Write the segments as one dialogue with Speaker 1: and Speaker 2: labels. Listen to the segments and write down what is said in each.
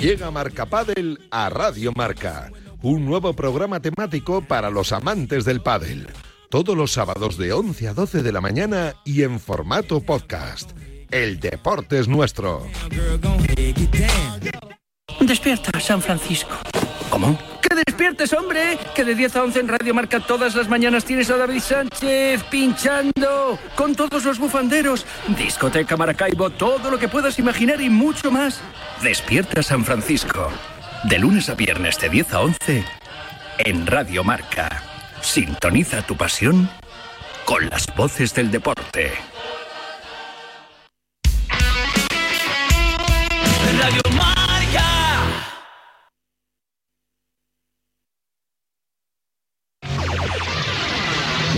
Speaker 1: Llega Marca Padel a Radio Marca, un nuevo programa temático para los amantes del pádel. Todos los sábados de 11 a 12 de la mañana y en formato podcast. El deporte es nuestro.
Speaker 2: Despierta, San Francisco.
Speaker 3: ¿Cómo?
Speaker 2: ¡Que despiertes, hombre! Que de 10 a 11 en Radio Marca todas las mañanas tienes a David Sánchez pinchando con todos los bufanderos, discoteca Maracaibo, todo lo que puedas imaginar y mucho más.
Speaker 3: Despierta San Francisco. De lunes a viernes de 10 a 11 en Radio Marca. Sintoniza tu pasión con las voces del deporte.
Speaker 4: Radio Marca.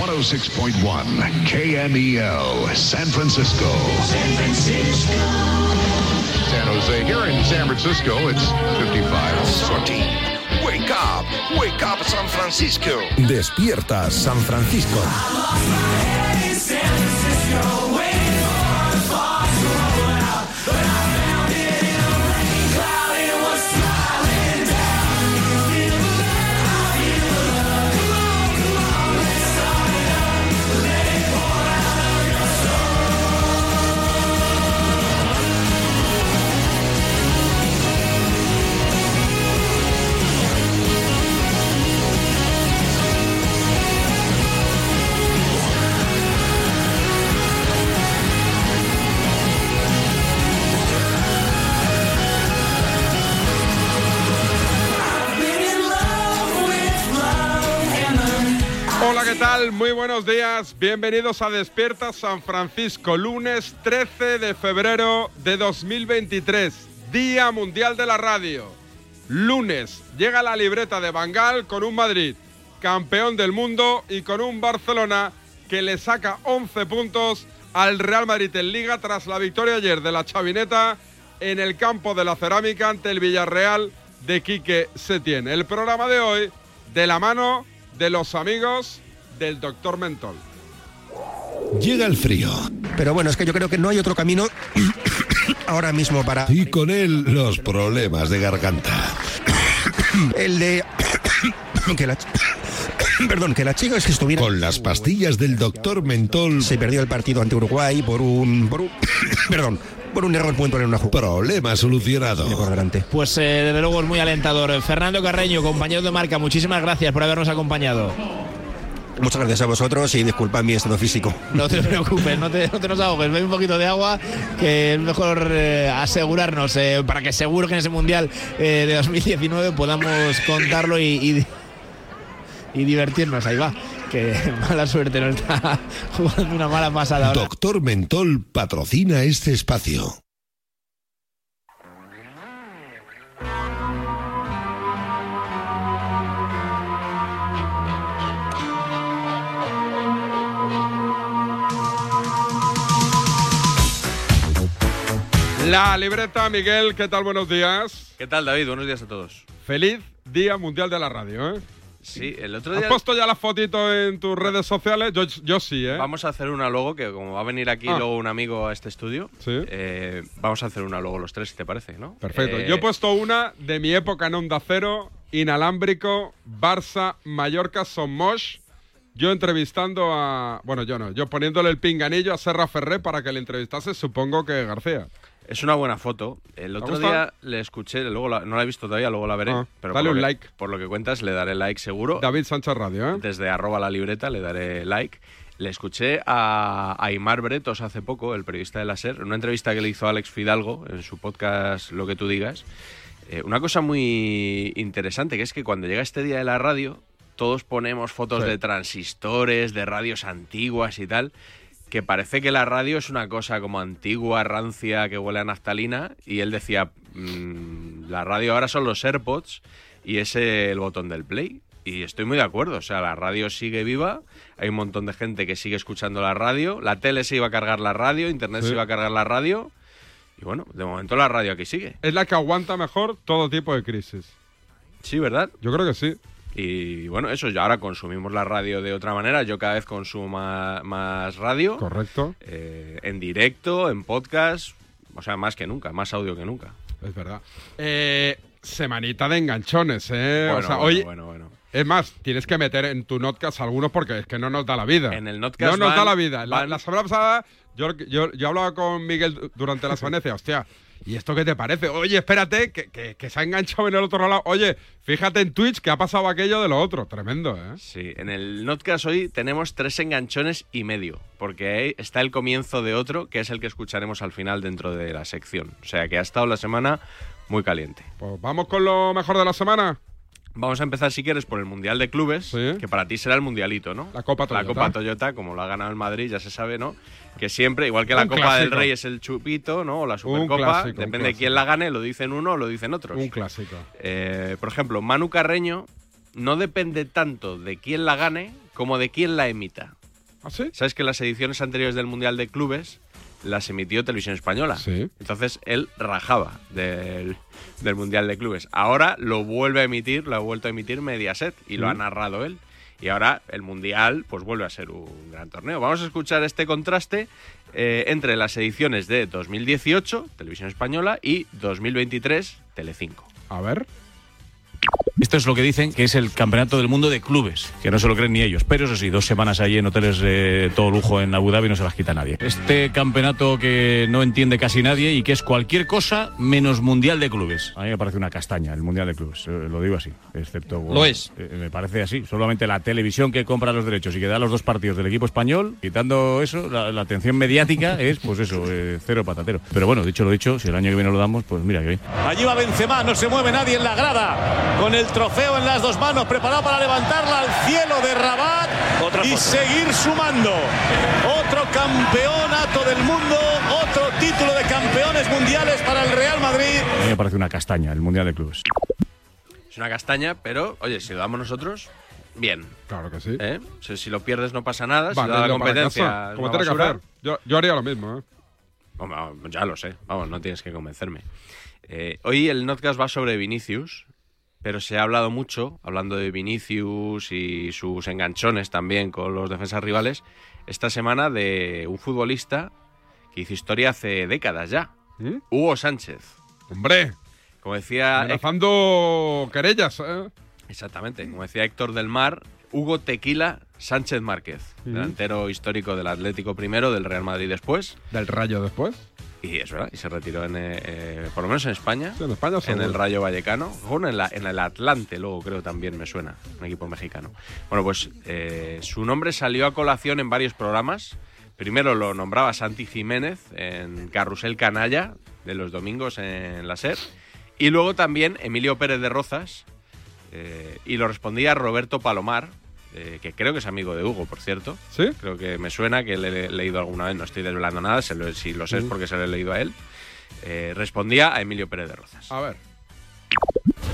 Speaker 1: oh
Speaker 5: Six point one
Speaker 1: E
Speaker 5: KMEL San Francisco. San Francisco.
Speaker 1: San Jose. Here in San Francisco, it's 55
Speaker 6: 14. Wake up, wake up, San Francisco.
Speaker 7: Despierta San Francisco.
Speaker 8: Hola, ¿qué tal? Muy buenos días. Bienvenidos a Despierta San Francisco, lunes 13 de febrero de 2023, Día Mundial de la Radio. Lunes llega la libreta de Bangal con un Madrid, campeón del mundo, y con un Barcelona que le saca 11 puntos al Real Madrid en Liga tras la victoria ayer de la Chavineta en el campo de la Cerámica ante el Villarreal de Quique Setién. El programa de hoy, de la mano de los amigos del doctor Mentol.
Speaker 9: Llega el frío.
Speaker 10: Pero bueno, es que yo creo que no hay otro camino ahora mismo para...
Speaker 9: Y con él los problemas de garganta.
Speaker 10: el de... que la... Perdón, que la chica es que estuviera...
Speaker 9: Con las pastillas del doctor Mentol...
Speaker 10: Se perdió el partido ante Uruguay por un... Por un... Perdón, por un error puntual en una jugada.
Speaker 9: Problema solucionado.
Speaker 11: Pues eh, desde luego es muy alentador. Fernando Carreño, compañero de marca, muchísimas gracias por habernos acompañado.
Speaker 10: Muchas gracias a vosotros y disculpad mi estado físico.
Speaker 11: No te preocupes, no te, no te nos ahogues. Ve un poquito de agua, que es mejor eh, asegurarnos eh, para que seguro que en ese Mundial eh, de 2019 podamos contarlo y, y, y divertirnos. Ahí va que mala suerte nos está jugando una mala pasada. Ahora.
Speaker 9: Doctor Mentol patrocina este espacio.
Speaker 8: La libreta, Miguel, ¿qué tal? Buenos días.
Speaker 12: ¿Qué tal, David? Buenos días a todos.
Speaker 8: Feliz Día Mundial de la Radio, ¿eh?
Speaker 12: Sí, el otro día.
Speaker 8: ¿Has puesto ya la fotito en tus redes sociales? Yo, yo, sí, ¿eh?
Speaker 12: Vamos a hacer una logo, que como va a venir aquí ah. luego un amigo a este estudio, ¿Sí? eh, vamos a hacer una logo los tres, si te parece, ¿no?
Speaker 8: Perfecto.
Speaker 12: Eh...
Speaker 8: Yo he puesto una de mi época en Onda Cero, inalámbrico, Barça, Mallorca, Somos. Yo entrevistando a. Bueno, yo no, yo poniéndole el pinganillo a Serra Ferré para que le entrevistase, supongo que García.
Speaker 12: Es una buena foto. El otro día le escuché, luego la, no la he visto todavía, luego la veré. Ah, pero
Speaker 8: dale
Speaker 12: por
Speaker 8: un
Speaker 12: que,
Speaker 8: like.
Speaker 12: Por lo que cuentas, le daré like seguro.
Speaker 8: David Sánchez Radio, ¿eh?
Speaker 12: Desde arroba la libreta le daré like. Le escuché a Aymar Bretos hace poco, el periodista de la SER, en una entrevista que le hizo a Alex Fidalgo en su podcast Lo que tú digas. Eh, una cosa muy interesante, que es que cuando llega este día de la radio, todos ponemos fotos sí. de transistores, de radios antiguas y tal que parece que la radio es una cosa como antigua, rancia, que huele a naftalina, y él decía, mmm, la radio ahora son los AirPods y es el botón del play. Y estoy muy de acuerdo, o sea, la radio sigue viva, hay un montón de gente que sigue escuchando la radio, la tele se iba a cargar la radio, internet
Speaker 8: Sí.
Speaker 12: se iba a cargar la radio, y bueno, de momento la radio aquí sigue.
Speaker 8: Es la que aguanta mejor todo tipo de crisis.
Speaker 12: Sí, ¿verdad?
Speaker 8: Yo creo que sí.
Speaker 12: Y bueno, eso, ya ahora consumimos la radio de otra manera, yo cada vez consumo ma- más, radio.
Speaker 8: Correcto.
Speaker 12: eh, en directo, en podcast, o sea, más que nunca, más audio que nunca.
Speaker 8: Es verdad. Eh, semanita de enganchones, ¿eh?
Speaker 12: Bueno,
Speaker 8: o sea,
Speaker 12: bueno,
Speaker 8: hoy.
Speaker 12: bueno, bueno.
Speaker 8: Es más, tienes que meter en tu notcast algunos porque es que no nos da la vida. En el
Speaker 12: notcast
Speaker 8: No nos
Speaker 12: van-
Speaker 8: da la vida. La,
Speaker 12: van-
Speaker 8: la semana pasada yo, yo, yo hablaba con Miguel du- durante la semana y decía, hostia, ¿y esto qué te parece? Oye, espérate, que, que- que se ha enganchado en el otro lado. Oye, fíjate en Twitch que ha pasado aquello de lo otro. Tremendo, ¿eh?
Speaker 12: Sí, en el Notcast hoy tenemos tres enganchones y medio, porque ahí está el comienzo de otro, que es el que escucharemos al final dentro de la sección. O sea que ha estado la semana muy caliente.
Speaker 8: Pues vamos con lo mejor de la semana.
Speaker 12: Vamos a empezar, si quieres, por el Mundial de Clubes, que para ti será el Mundialito, ¿no?
Speaker 8: La Copa
Speaker 12: La
Speaker 8: Toyota.
Speaker 12: Copa Toyota, como la ha ganado el Madrid, ya se sabe, ¿no? Que siempre, igual que la
Speaker 8: Un
Speaker 12: Copa del
Speaker 8: clásico.
Speaker 12: Rey es el chupito, ¿no? O la
Speaker 8: Un
Speaker 12: Supercopa,
Speaker 8: clásico, un
Speaker 12: depende de
Speaker 8: clásico.
Speaker 12: quién la gane, lo dicen uno o lo dicen otros.
Speaker 8: Un clásico.
Speaker 12: Eh, por ejemplo, Manu Carreño no depende tanto de quién la gane como de quién la emita.
Speaker 8: ¿Ah, sí?
Speaker 12: ¿Sabes que las ediciones anteriores del Mundial de Clubes las emitió Televisión Española?
Speaker 8: Sí.
Speaker 12: Entonces él rajaba del, del Mundial de Clubes. Ahora lo vuelve a emitir, lo ha vuelto a emitir Mediaset y lo
Speaker 8: Mm.
Speaker 12: ha narrado él. Y ahora el Mundial pues vuelve a ser un gran torneo. Vamos a escuchar este contraste eh, entre las ediciones de 2018, Televisión Española, y 2023, Telecinco.
Speaker 8: A ver.
Speaker 13: Esto es lo que dicen que es el campeonato del mundo de clubes, que no se lo creen ni ellos. Pero eso sí, dos semanas allí en hoteles eh, todo lujo en Abu Dhabi no se las quita nadie. Este campeonato que no entiende casi nadie y que es cualquier cosa menos mundial de clubes. A mí me parece una castaña el mundial de clubes, eh, lo digo así, excepto.
Speaker 14: Lo es.
Speaker 13: eh, me parece así. Solamente la televisión que compra los derechos y que da los dos partidos del equipo español, quitando eso, la, la atención mediática es, pues eso, eh, cero patatero. Pero bueno, dicho lo dicho, si el año que viene lo damos, pues mira que bien.
Speaker 14: Allí va Benzema, no se mueve nadie en la grada, con el trofeo en las dos manos, preparado para levantarla al cielo de Rabat y seguir sumando. Otro campeonato del mundo, otro título de campeones mundiales para el Real Madrid.
Speaker 13: A mí me parece una castaña el mundial de clubes.
Speaker 12: Es una castaña, pero oye, si lo damos nosotros, bien. ¿Eh?
Speaker 8: Claro que sí.
Speaker 12: Si, si lo pierdes no pasa nada, si
Speaker 8: Vale,
Speaker 12: lo da la
Speaker 8: lo para
Speaker 12: competencia.
Speaker 8: casa,
Speaker 12: es
Speaker 8: como
Speaker 12: una
Speaker 8: tiene que
Speaker 12: basura.
Speaker 8: hacer. Yo, yo haría lo mismo, ¿eh?
Speaker 12: Hombre, Pues vamos, ya lo sé, vamos, no tienes que convencerme. Eh, hoy el podcast va sobre Vinicius, pero se ha hablado mucho, hablando de Vinicius y sus enganchones también con los defensas rivales, esta semana de un futbolista que hizo historia hace décadas ya, Hugo Sánchez.
Speaker 8: ¿Eh? Hombre.
Speaker 12: Como decía
Speaker 8: Amenazando querellas, ¿eh?
Speaker 12: Exactamente, como decía Héctor del Mar, Hugo Tequila Sánchez Márquez,
Speaker 8: Ujú.
Speaker 12: delantero histórico del Atlético primero, del Real Madrid después,
Speaker 8: Del rayo después.
Speaker 12: y es verdad, y se retiró en, eh, eh, por lo menos en España,
Speaker 8: En España
Speaker 12: en
Speaker 8: seguro.
Speaker 12: el Rayo Vallecano, bueno, en, la- en el Atlante luego creo también me suena, un equipo mexicano. Bueno, pues eh, su nombre salió a colación en varios programas. Primero lo nombraba Santi Jiménez en Carrusel Canalla de los domingos en la SER. Y luego también Emilio Pérez de Rozas. eh, y lo respondía Roberto Palomar, eh, que creo que es amigo de Hugo, por cierto.
Speaker 8: ¿Sí?
Speaker 12: Creo que me suena que le he leído alguna vez, no estoy desvelando nada, se lo- si lo sé es
Speaker 8: Mm.
Speaker 12: porque se lo he leído a él. Eh, respondía a Emilio Pérez de Rozas.
Speaker 8: A ver.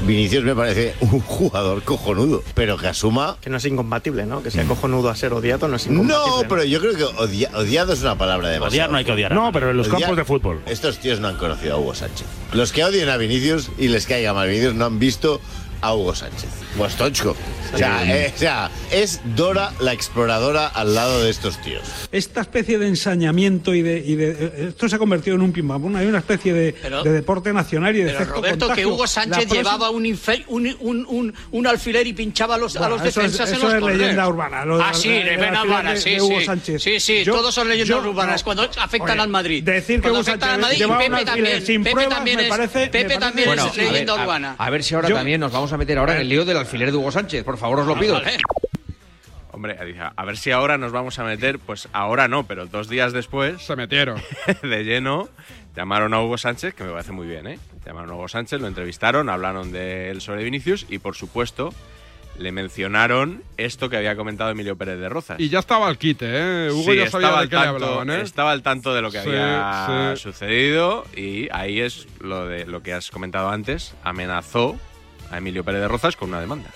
Speaker 15: Vinicius me parece un jugador cojonudo, pero que asuma. Que no es incompatible, ¿no? Que sea cojonudo a ser odiado no es
Speaker 16: incompatible,
Speaker 15: No, pero yo creo que odia- odiado es una palabra de
Speaker 16: Odiar no hay que odiar. No, pero en los campos de
Speaker 15: fútbol. Estos tíos no han conocido a Hugo Sánchez. Los que odien a Vinicius y les caiga mal Vinicius no han visto a Hugo Sánchez. Guastochko. O sea,
Speaker 17: Sí.
Speaker 15: eh, o sea, es Dora la exploradora al lado de estos tíos.
Speaker 17: Esta especie de ensañamiento y de, y de- esto se ha convertido en un pim pam, pum. Hay una especie de, de deporte nacional y de efecto
Speaker 18: Roberto, que
Speaker 17: contagio.
Speaker 18: Hugo Sánchez
Speaker 17: La próxima-
Speaker 18: llevaba un, infe- un, un- un- un alfiler y pinchaba a los, a
Speaker 17: Bueno,
Speaker 18: los
Speaker 17: eso es-
Speaker 18: defensas en
Speaker 17: eso
Speaker 18: los
Speaker 17: es
Speaker 18: corners.
Speaker 17: leyenda urbana, lo de-
Speaker 18: ah, sí,
Speaker 17: el
Speaker 18: leyenda
Speaker 17: alfiler
Speaker 18: urbana,
Speaker 17: de-
Speaker 18: sí,
Speaker 17: de Hugo
Speaker 18: sí.
Speaker 17: Sánchez.
Speaker 18: Sí, sí,
Speaker 17: Yo-
Speaker 18: todos son leyendas
Speaker 17: yo-
Speaker 18: urbanas.
Speaker 17: no.
Speaker 18: Cuando afectan
Speaker 17: Oye,
Speaker 18: al Madrid.
Speaker 17: decir que
Speaker 18: Cuando
Speaker 17: Hugo
Speaker 18: afectan al
Speaker 17: Sánchez
Speaker 18: Madrid. Y
Speaker 17: llevaba un
Speaker 18: Pepe
Speaker 17: alfiler
Speaker 18: también.
Speaker 17: sin
Speaker 18: Pepe
Speaker 17: pruebas,
Speaker 18: también
Speaker 17: me
Speaker 18: es,
Speaker 17: parece- me
Speaker 18: Pepe
Speaker 17: parece-
Speaker 18: también
Speaker 17: Bueno,
Speaker 18: es
Speaker 17: a ver,
Speaker 18: leyenda
Speaker 17: a ver,
Speaker 18: urbana.
Speaker 19: A ver si ahora
Speaker 18: Yo- Ah,
Speaker 19: también nos vamos a meter ahora en el lío del alfiler de Hugo Sánchez. Por favor, os lo pido.
Speaker 12: Hombre, a- a ver si ahora nos vamos a meter, pues ahora no, pero dos días después.
Speaker 8: Se metieron.
Speaker 12: De lleno, llamaron a Hugo Sánchez, que me parece muy bien, ¿eh? Llamaron a Hugo Sánchez, lo entrevistaron, hablaron de él sobre Vinicius y, por supuesto, le mencionaron esto que había comentado Emilio Pérez de Rozas.
Speaker 8: Y ya estaba al quite, ¿eh? Hugo
Speaker 12: Sí,
Speaker 8: ya sabía
Speaker 12: estaba
Speaker 8: de
Speaker 12: al
Speaker 8: qué
Speaker 12: tanto,
Speaker 8: le hablaban, ¿eh?
Speaker 12: Estaba al tanto de lo que
Speaker 8: Sí,
Speaker 12: había
Speaker 8: sí.
Speaker 12: sucedido y ahí es lo de lo que has comentado antes. Amenazó a Emilio Pérez de Rozas con una demanda.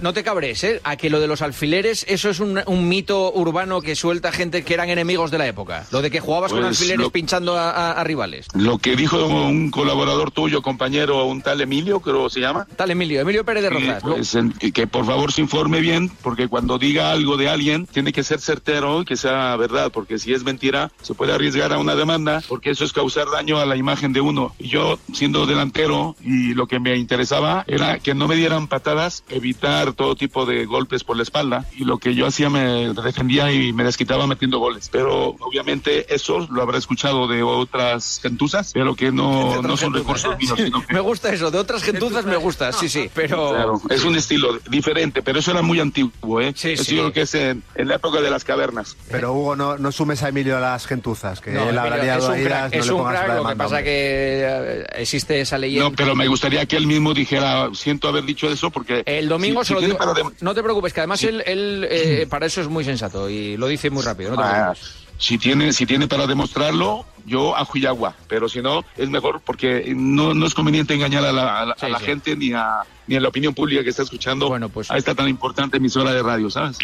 Speaker 18: No te cabres, ¿eh? A que lo de los alfileres, eso es un, un mito urbano que suelta gente que eran enemigos de la época. Lo de que jugabas con
Speaker 20: Pues
Speaker 18: alfileres
Speaker 20: lo-
Speaker 18: pinchando a, a- a rivales.
Speaker 20: Lo que dijo un colaborador tuyo, compañero, un tal Emilio, creo que se llama.
Speaker 18: Tal Emilio, Emilio Pérez de
Speaker 20: Que,
Speaker 18: Rozas. ¿no?
Speaker 20: pues, en- que- que por favor se informe bien, porque cuando diga algo de alguien, tiene que ser certero y que sea verdad, porque si es mentira, se puede arriesgar a una demanda, porque eso es causar daño a la imagen de uno. Y Yo, siendo delantero, y lo que me interesaba era que no me dieran patadas, evitar todo tipo de golpes por la espalda, y lo que yo hacía me defendía y me desquitaba metiendo goles. Pero obviamente eso lo habrá escuchado de otras gentusas, pero que no, no son recursos míos, sino
Speaker 18: Me gusta eso, de otras gentuzas me gusta, sí, sí, pero...
Speaker 20: Claro, es un estilo diferente, pero eso era muy antiguo, ¿eh? eso
Speaker 18: sí.
Speaker 20: yo creo que es en, en la época de las cavernas.
Speaker 21: Pero Hugo, no, no sumes a Emilio a las gentuzas, que
Speaker 20: No,
Speaker 21: él habrá
Speaker 20: Emilio,
Speaker 21: liado
Speaker 20: es un
Speaker 21: ahí,
Speaker 20: crack,
Speaker 21: las- no
Speaker 20: es
Speaker 21: le
Speaker 20: un
Speaker 21: pongas
Speaker 20: crack,
Speaker 21: la
Speaker 20: lo que
Speaker 21: demanda,
Speaker 18: pasa
Speaker 21: hombre.
Speaker 18: que eh, existe esa leyenda.
Speaker 20: No, pero me gustaría que él mismo dijera, siento haber dicho eso porque...
Speaker 18: El domingo
Speaker 20: si-
Speaker 18: se
Speaker 20: si
Speaker 18: lo
Speaker 20: tiene
Speaker 18: digo.
Speaker 20: para dem-
Speaker 18: No te preocupes, que además él, él, eh, para eso es muy sensato y lo dice muy rápido. No te
Speaker 20: Ah,
Speaker 18: preocupes.
Speaker 20: si tiene, si tiene para demostrarlo, yo ajo y agua, pero si no, es mejor porque no, no es conveniente engañar a la, a la- a la gente ni a, ni a la opinión pública que está escuchando
Speaker 12: pues,
Speaker 20: a esta tan importante emisora de radio, ¿sabes?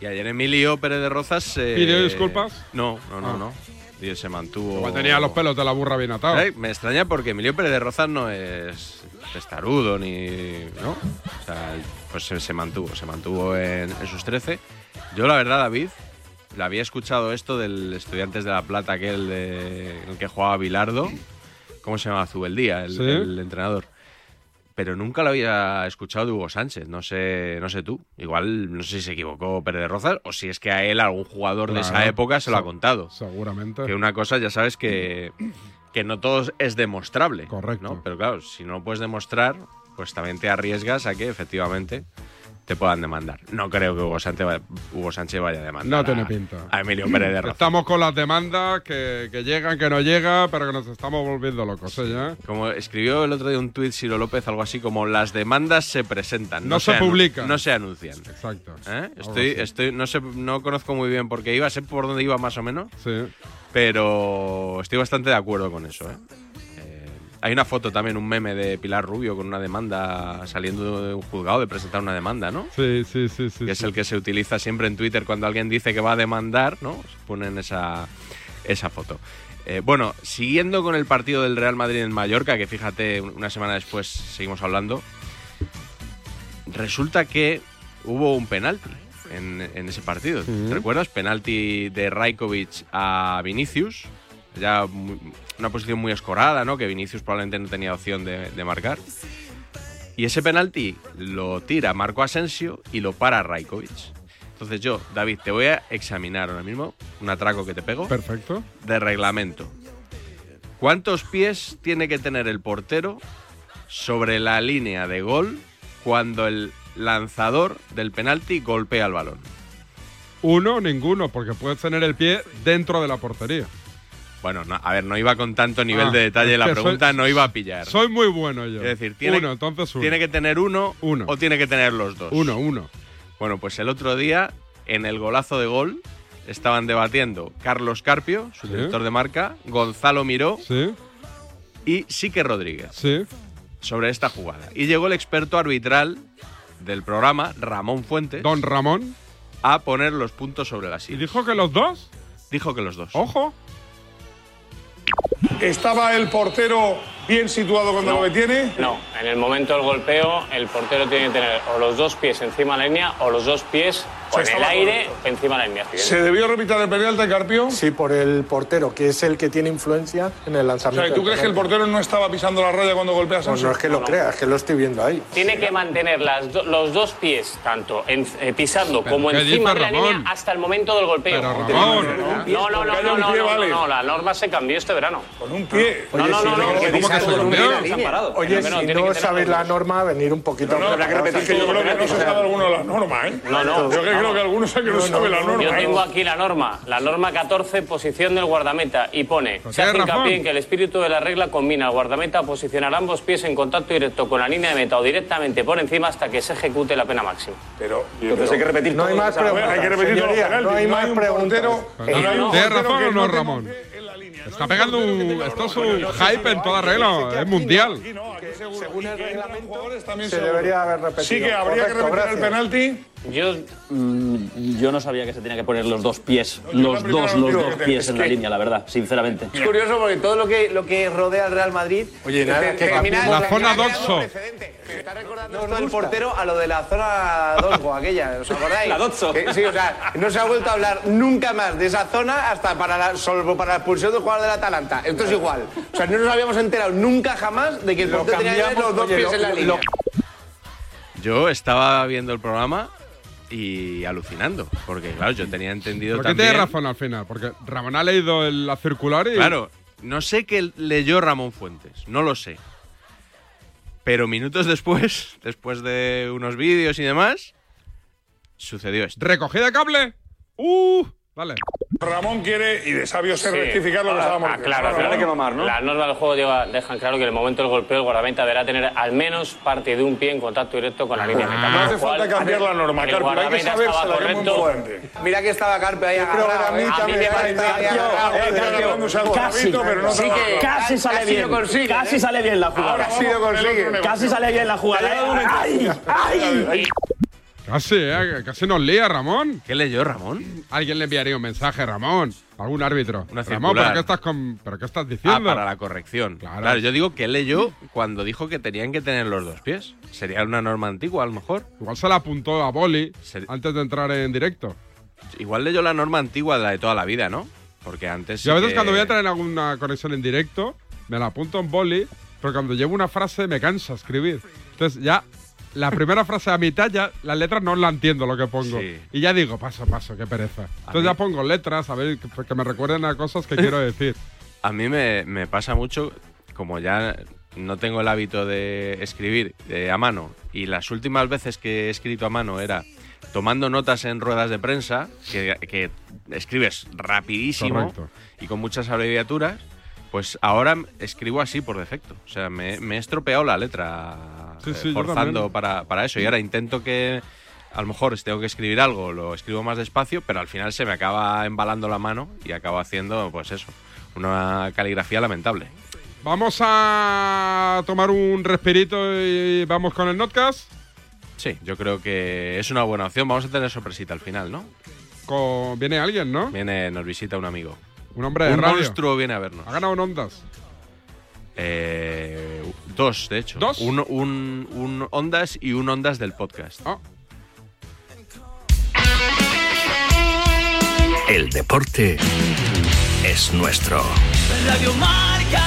Speaker 12: Y ayer Emilio Pérez de Rozas. eh,
Speaker 8: ¿Pidió disculpas?
Speaker 12: No, no, no,
Speaker 8: Ah.
Speaker 12: no. Y se mantuvo.
Speaker 8: Igual Pues tenía los pelos de la burra bien atados.
Speaker 12: Eh, Me extraña porque Emilio Pérez de Rozas no es testarudo ni. ¿No? O sea, pues se, se mantuvo, se mantuvo en, en sus 13. Yo, la verdad, David, le había escuchado esto del Estudiantes de la Plata, aquel de, en el que jugaba Bilardo. ¿Cómo se llamaba? Zubeldía, el,
Speaker 8: Sí.
Speaker 12: el entrenador. Pero nunca lo había escuchado de Hugo Sánchez, no sé, no sé tú. Igual, no sé si se equivocó Pérez de Rozas o si es que a él algún jugador de esa
Speaker 8: Claro.
Speaker 12: época se lo ha contado.
Speaker 8: Seguramente.
Speaker 12: Que una cosa, ya sabes que, que no todo es demostrable. Correcto. Pero claro, si no lo puedes demostrar, pues también te arriesgas a que efectivamente te puedan demandar. No creo que Hugo Sánchez vaya, Hugo Sánchez vaya a demandar.
Speaker 8: No tiene
Speaker 12: a-
Speaker 8: pinta.
Speaker 12: A Emilio Pérez de Rozas.
Speaker 8: Estamos con las demandas que, que llegan, que no llegan, pero que nos estamos volviendo locos, ¿eh? ya?
Speaker 12: Como escribió el otro día un tuit Ciro López, algo así como las demandas se presentan.
Speaker 8: No se
Speaker 12: anu-
Speaker 8: publican".
Speaker 12: No se anuncian.
Speaker 8: Exacto.
Speaker 12: ¿Eh?
Speaker 8: Algo
Speaker 12: Estoy,
Speaker 8: así.
Speaker 12: estoy, no, sé, no conozco muy bien por qué iba, sé por dónde iba más o menos,
Speaker 8: Sí.
Speaker 12: pero estoy bastante de acuerdo con eso. ¿eh? Eh, hay una foto también, un meme de Pilar Rubio con una demanda saliendo de un juzgado de presentar una demanda, ¿no?
Speaker 8: Sí, sí, sí, sí.
Speaker 12: que es el que se utiliza siempre en Twitter cuando alguien dice que va a demandar, ¿no? Ponen esa, esa foto. Eh, bueno, siguiendo con el partido del Real Madrid en Mallorca, que fíjate, un- una semana después seguimos hablando, resulta que hubo un penalti en, en ese partido.
Speaker 8: Sí.
Speaker 12: ¿Te recuerdas? Penalti de Rajkovic a Vinicius. Ya mu- una posición muy escorada, ¿no? Que Vinicius probablemente no tenía opción de- de marcar. Y ese penalti lo tira Marco Asensio y lo para Raikovic. Entonces yo, David, te voy a examinar ahora mismo un atraco que te pego
Speaker 8: Perfecto.
Speaker 12: de reglamento. ¿Cuántos pies tiene que tener el portero sobre la línea de gol cuando el lanzador del penalti golpea el balón?
Speaker 8: Uno, ninguno, porque puedes tener el pie dentro de la portería.
Speaker 12: Bueno, no- a ver, no iba con tanto nivel
Speaker 8: Ah,
Speaker 12: de detalle
Speaker 8: es
Speaker 12: la
Speaker 8: que soy-
Speaker 12: pregunta, no iba a pillar.
Speaker 8: Soy muy bueno yo.
Speaker 12: es decir, tiene,
Speaker 8: uno, entonces uno.
Speaker 12: tiene que tener uno, o tiene que tener los dos.
Speaker 8: Uno, uno.
Speaker 12: Bueno, pues el otro día, en el golazo de gol, estaban debatiendo Carlos Carpio, su
Speaker 8: Sí.
Speaker 12: director de marca, Gonzalo Miró
Speaker 8: Sí,
Speaker 12: y Sique Rodríguez
Speaker 8: sí.
Speaker 12: sobre esta jugada. Y llegó el experto arbitral del programa, Ramón Fuentes.
Speaker 8: Don Ramón.
Speaker 12: A poner los puntos sobre las sillas. ¿Y
Speaker 8: dijo que los dos?
Speaker 12: Dijo que los dos.
Speaker 8: ¡Ojo!
Speaker 22: ¿Estaba el portero bien situado cuando
Speaker 23: No.
Speaker 22: lo detiene?
Speaker 23: No, en el momento del golpeo el portero tiene que tener o los dos pies encima de la línea o los dos pies o en el
Speaker 22: estaba
Speaker 23: aire encima de la línea.
Speaker 22: ¿Se debió repitar el penalti, Carpio?
Speaker 24: Sí, por el portero, que es el que tiene influencia en el
Speaker 22: O sea,
Speaker 24: lanzamiento.
Speaker 22: ¿tú crees que el portero no estaba pisando la raya cuando golpea a
Speaker 24: Pues
Speaker 22: Sancho?
Speaker 24: no es que lo crea, es que lo estoy viendo ahí.
Speaker 23: Tiene que mantener las do- los dos pies tanto en- eh, pisando
Speaker 24: Pero
Speaker 23: como
Speaker 24: ¿qué
Speaker 23: encima de
Speaker 24: dice
Speaker 23: la
Speaker 24: Ramón?
Speaker 23: línea hasta el momento del golpeo. No, no, no, no, no, no, no, no, la norma se cambió este verano. Con un pie. No,
Speaker 24: Oye,
Speaker 23: no,
Speaker 24: si
Speaker 23: no, no,
Speaker 24: no-
Speaker 23: que
Speaker 24: ¿Cómo
Speaker 23: dice
Speaker 24: que
Speaker 23: algo
Speaker 24: se
Speaker 23: con un
Speaker 24: cambió?
Speaker 23: pie que están parados.
Speaker 24: Oye,
Speaker 23: Que no, que no,
Speaker 24: si
Speaker 23: tiene que
Speaker 24: no
Speaker 23: tener
Speaker 24: sabéis la norma, venir un poquito.
Speaker 22: No, no, habrá que repetir, que yo creo que no se sabe alguna de las normas, ¿eh?
Speaker 23: No, no.
Speaker 22: Yo creo que Bueno, que algunos que no, saben la norma. ¿eh?
Speaker 23: Yo tengo aquí la norma, la norma 14, posición del guardameta, y pone, se hace hincapié en que el espíritu de la regla combina al guardameta a posicionar ambos pies en contacto directo con la línea de meta o directamente por encima hasta que se ejecute la pena máxima.
Speaker 22: Pero,
Speaker 23: Entonces hay que repetir
Speaker 22: No
Speaker 23: todo
Speaker 22: hay
Speaker 23: lo que
Speaker 22: más
Speaker 23: se ha hablado.
Speaker 22: preguntas. Hay que repetir todos los
Speaker 23: Señoría,
Speaker 22: penaltis.
Speaker 23: no hay más
Speaker 22: un
Speaker 23: preguntas.
Speaker 22: portero-
Speaker 23: Eh,
Speaker 22: no hay un
Speaker 23: ¿tiene
Speaker 22: portero
Speaker 8: razón
Speaker 22: que
Speaker 8: o no,
Speaker 22: tenga-
Speaker 8: Ramón? Está pegando un, está su hype en toda regla, es mundial.
Speaker 22: Según el reglamento, también
Speaker 23: se
Speaker 22: seguro.
Speaker 23: debería haber repetido.
Speaker 22: Sí, que habría que
Speaker 23: Correcto,
Speaker 22: repetir el
Speaker 23: gracias.
Speaker 22: penalti.
Speaker 23: Yo, mm, yo no sabía que se tenía que poner los dos pies,
Speaker 22: yo la
Speaker 23: los
Speaker 22: primera
Speaker 23: dos,
Speaker 22: no
Speaker 23: los
Speaker 22: digo
Speaker 23: dos
Speaker 22: que te-
Speaker 23: pies
Speaker 22: es
Speaker 23: en la
Speaker 22: que-
Speaker 23: línea, la verdad, sinceramente.
Speaker 11: Es curioso porque todo lo que, lo que rodea al Real Madrid.
Speaker 23: Oye, nada, que
Speaker 11: termina-
Speaker 23: cambiemos
Speaker 11: termina
Speaker 23: la zona
Speaker 11: creando
Speaker 23: Dotso.
Speaker 11: un precedente. Me está recordando esto del portero a lo de la zona Dotso, aquella. ¿Os acordáis?
Speaker 23: La Dotso.
Speaker 11: Que- sí, o sea, no se ha vuelto a hablar nunca más de esa zona hasta para la, salvo para la expulsión del jugador del Atalanta. Esto es igual. O sea, no nos habíamos enterado nunca jamás de que el
Speaker 22: Lo
Speaker 11: portero tenía que tener
Speaker 22: cambiamos,
Speaker 11: los
Speaker 22: oye,
Speaker 11: dos pies
Speaker 22: lo-
Speaker 11: en la
Speaker 22: lo-
Speaker 11: línea.
Speaker 12: Yo estaba viendo el programa y alucinando, porque claro, yo tenía entendido
Speaker 8: ¿Por qué
Speaker 12: también.
Speaker 8: tiene razón al final? Porque Ramón ha leído el- la circular y.
Speaker 12: Claro, no sé qué leyó Ramón Fuentes, no lo sé. Pero minutos después, después de unos vídeos y demás, sucedió esto.
Speaker 8: ¿Recogida de cable? ¡Uh! Vale.
Speaker 22: Ramón quiere, y de sabio ser,
Speaker 23: Sí.
Speaker 22: rectificar lo que
Speaker 23: Ah,
Speaker 22: estábamos
Speaker 23: ah, claro, claro. Las normas del juego lleva- dejan claro que en el momento del golpeo el guardameta deberá tener al menos parte de un pie en contacto directo con la línea. de meta.
Speaker 22: No
Speaker 23: Con
Speaker 22: hace
Speaker 23: lo cual,
Speaker 22: falta cambiar la norma,
Speaker 23: el
Speaker 22: Carpio. Hay que
Speaker 23: guardameta
Speaker 22: saber
Speaker 23: estaba
Speaker 22: que es muy
Speaker 23: correcto.
Speaker 22: importante.
Speaker 11: Mira que estaba Carpe ahí agarrado. ¿eh? A mí me parece que agarrado,
Speaker 22: eh,
Speaker 11: ¿eh?
Speaker 22: Carpio.
Speaker 11: Casi, sí que
Speaker 5: casi sale
Speaker 11: casi
Speaker 5: bien.
Speaker 11: lo consigue,
Speaker 5: casi
Speaker 11: ¿eh?
Speaker 5: sale bien la jugada.
Speaker 11: Ahora sí lo consigue.
Speaker 5: Casi sale bien la jugada. ¿eh? ¡Ay! ¡Ay!
Speaker 8: Casi, ¿eh? casi nos lía Ramón.
Speaker 12: ¿Qué leyó Ramón?
Speaker 8: Alguien le enviaría un mensaje, Ramón. Algún árbitro.
Speaker 12: Una
Speaker 8: Ramón,
Speaker 12: circular.
Speaker 8: ¿pero qué, estás con- ¿pero qué estás
Speaker 12: Ah,
Speaker 8: diciendo?
Speaker 12: para la corrección. Claro. yo digo que leyó cuando dijo que tenían que tener los dos pies. Sería una norma antigua, a lo mejor.
Speaker 8: Igual se la apuntó a Boli antes de entrar en directo.
Speaker 12: Igual leyó la norma antigua de la de toda la vida, ¿no? Porque antes. sí
Speaker 8: Yo a veces
Speaker 12: que-
Speaker 8: cuando voy a traer alguna conexión en directo, me la apunto en boli, pero cuando llevo una frase me cansa escribir. Entonces ya la primera frase a mitad ya las letras no la entiendo lo que pongo.
Speaker 12: Sí.
Speaker 8: Y ya digo, paso, paso, qué pereza. Entonces ya pongo letras, a ver, que, que me recuerden a cosas que quiero decir.
Speaker 12: A mí me, me pasa mucho, como ya no tengo el hábito de escribir eh, a mano, y las últimas veces que he escrito a mano era tomando notas en ruedas de prensa, que, eh, que escribes rapidísimo
Speaker 8: Correcto.
Speaker 12: y con muchas abreviaturas, pues ahora m- escribo así por defecto. O sea, me, me he estropeado la letra
Speaker 8: Sí,
Speaker 12: eh,
Speaker 8: sí, yo
Speaker 12: forzando
Speaker 8: también.
Speaker 12: para, para eso. Y ahora intento que, a lo mejor si tengo que escribir algo, lo escribo más despacio, pero al final se me acaba embalando la mano y acabo haciendo, pues eso, una caligrafía lamentable.
Speaker 8: Vamos a tomar un respirito y vamos con el notcast.
Speaker 12: Sí, yo creo que es una buena opción. Vamos a tener sorpresita al final, ¿no?
Speaker 8: Con, viene alguien, ¿no?
Speaker 12: Viene, nos visita un amigo.
Speaker 8: Un hombre de
Speaker 12: un
Speaker 8: radio.
Speaker 12: monstruo viene a vernos.
Speaker 8: Ha ganado en ondas.
Speaker 12: Eh, dos, de hecho.
Speaker 8: ¿Dos?
Speaker 12: Un, un- un Ondas y un Ondas del podcast.
Speaker 8: Ah.
Speaker 25: El deporte es nuestro.
Speaker 4: Radio Marca.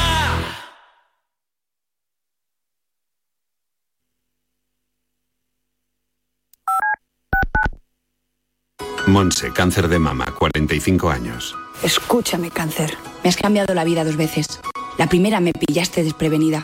Speaker 26: Monse, cáncer de mama, 45 años.
Speaker 27: Escúchame, cáncer. Me has cambiado la vida dos veces. La primera me pillaste desprevenida,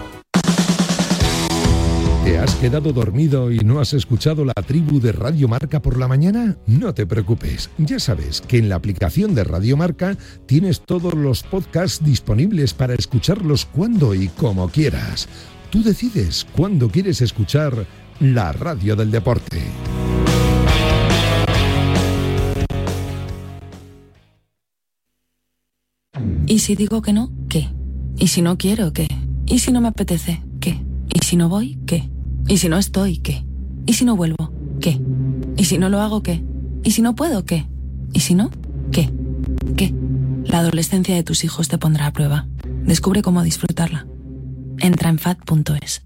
Speaker 1: ¿Te has quedado dormido y no has escuchado la tribu de Radio Marca por la mañana? No te preocupes, ya sabes que en la aplicación de Radio Marca tienes todos los podcasts disponibles para escucharlos cuando y como quieras. Tú decides cuándo quieres escuchar la radio del deporte.
Speaker 28: ¿Y si digo que no? ¿Qué? ¿Y si no quiero? ¿Qué? ¿Y si no me apetece? ¿Qué? ¿Y si no voy? ¿Qué? ¿Y si no estoy? ¿Qué? ¿Y si no vuelvo? ¿Qué? ¿Y si no lo hago? ¿Qué? ¿Y si no puedo? ¿Qué? ¿Y si no? ¿Qué? ¿Qué? La adolescencia de tus hijos te pondrá a prueba. Descubre cómo disfrutarla. Entra en fat.es.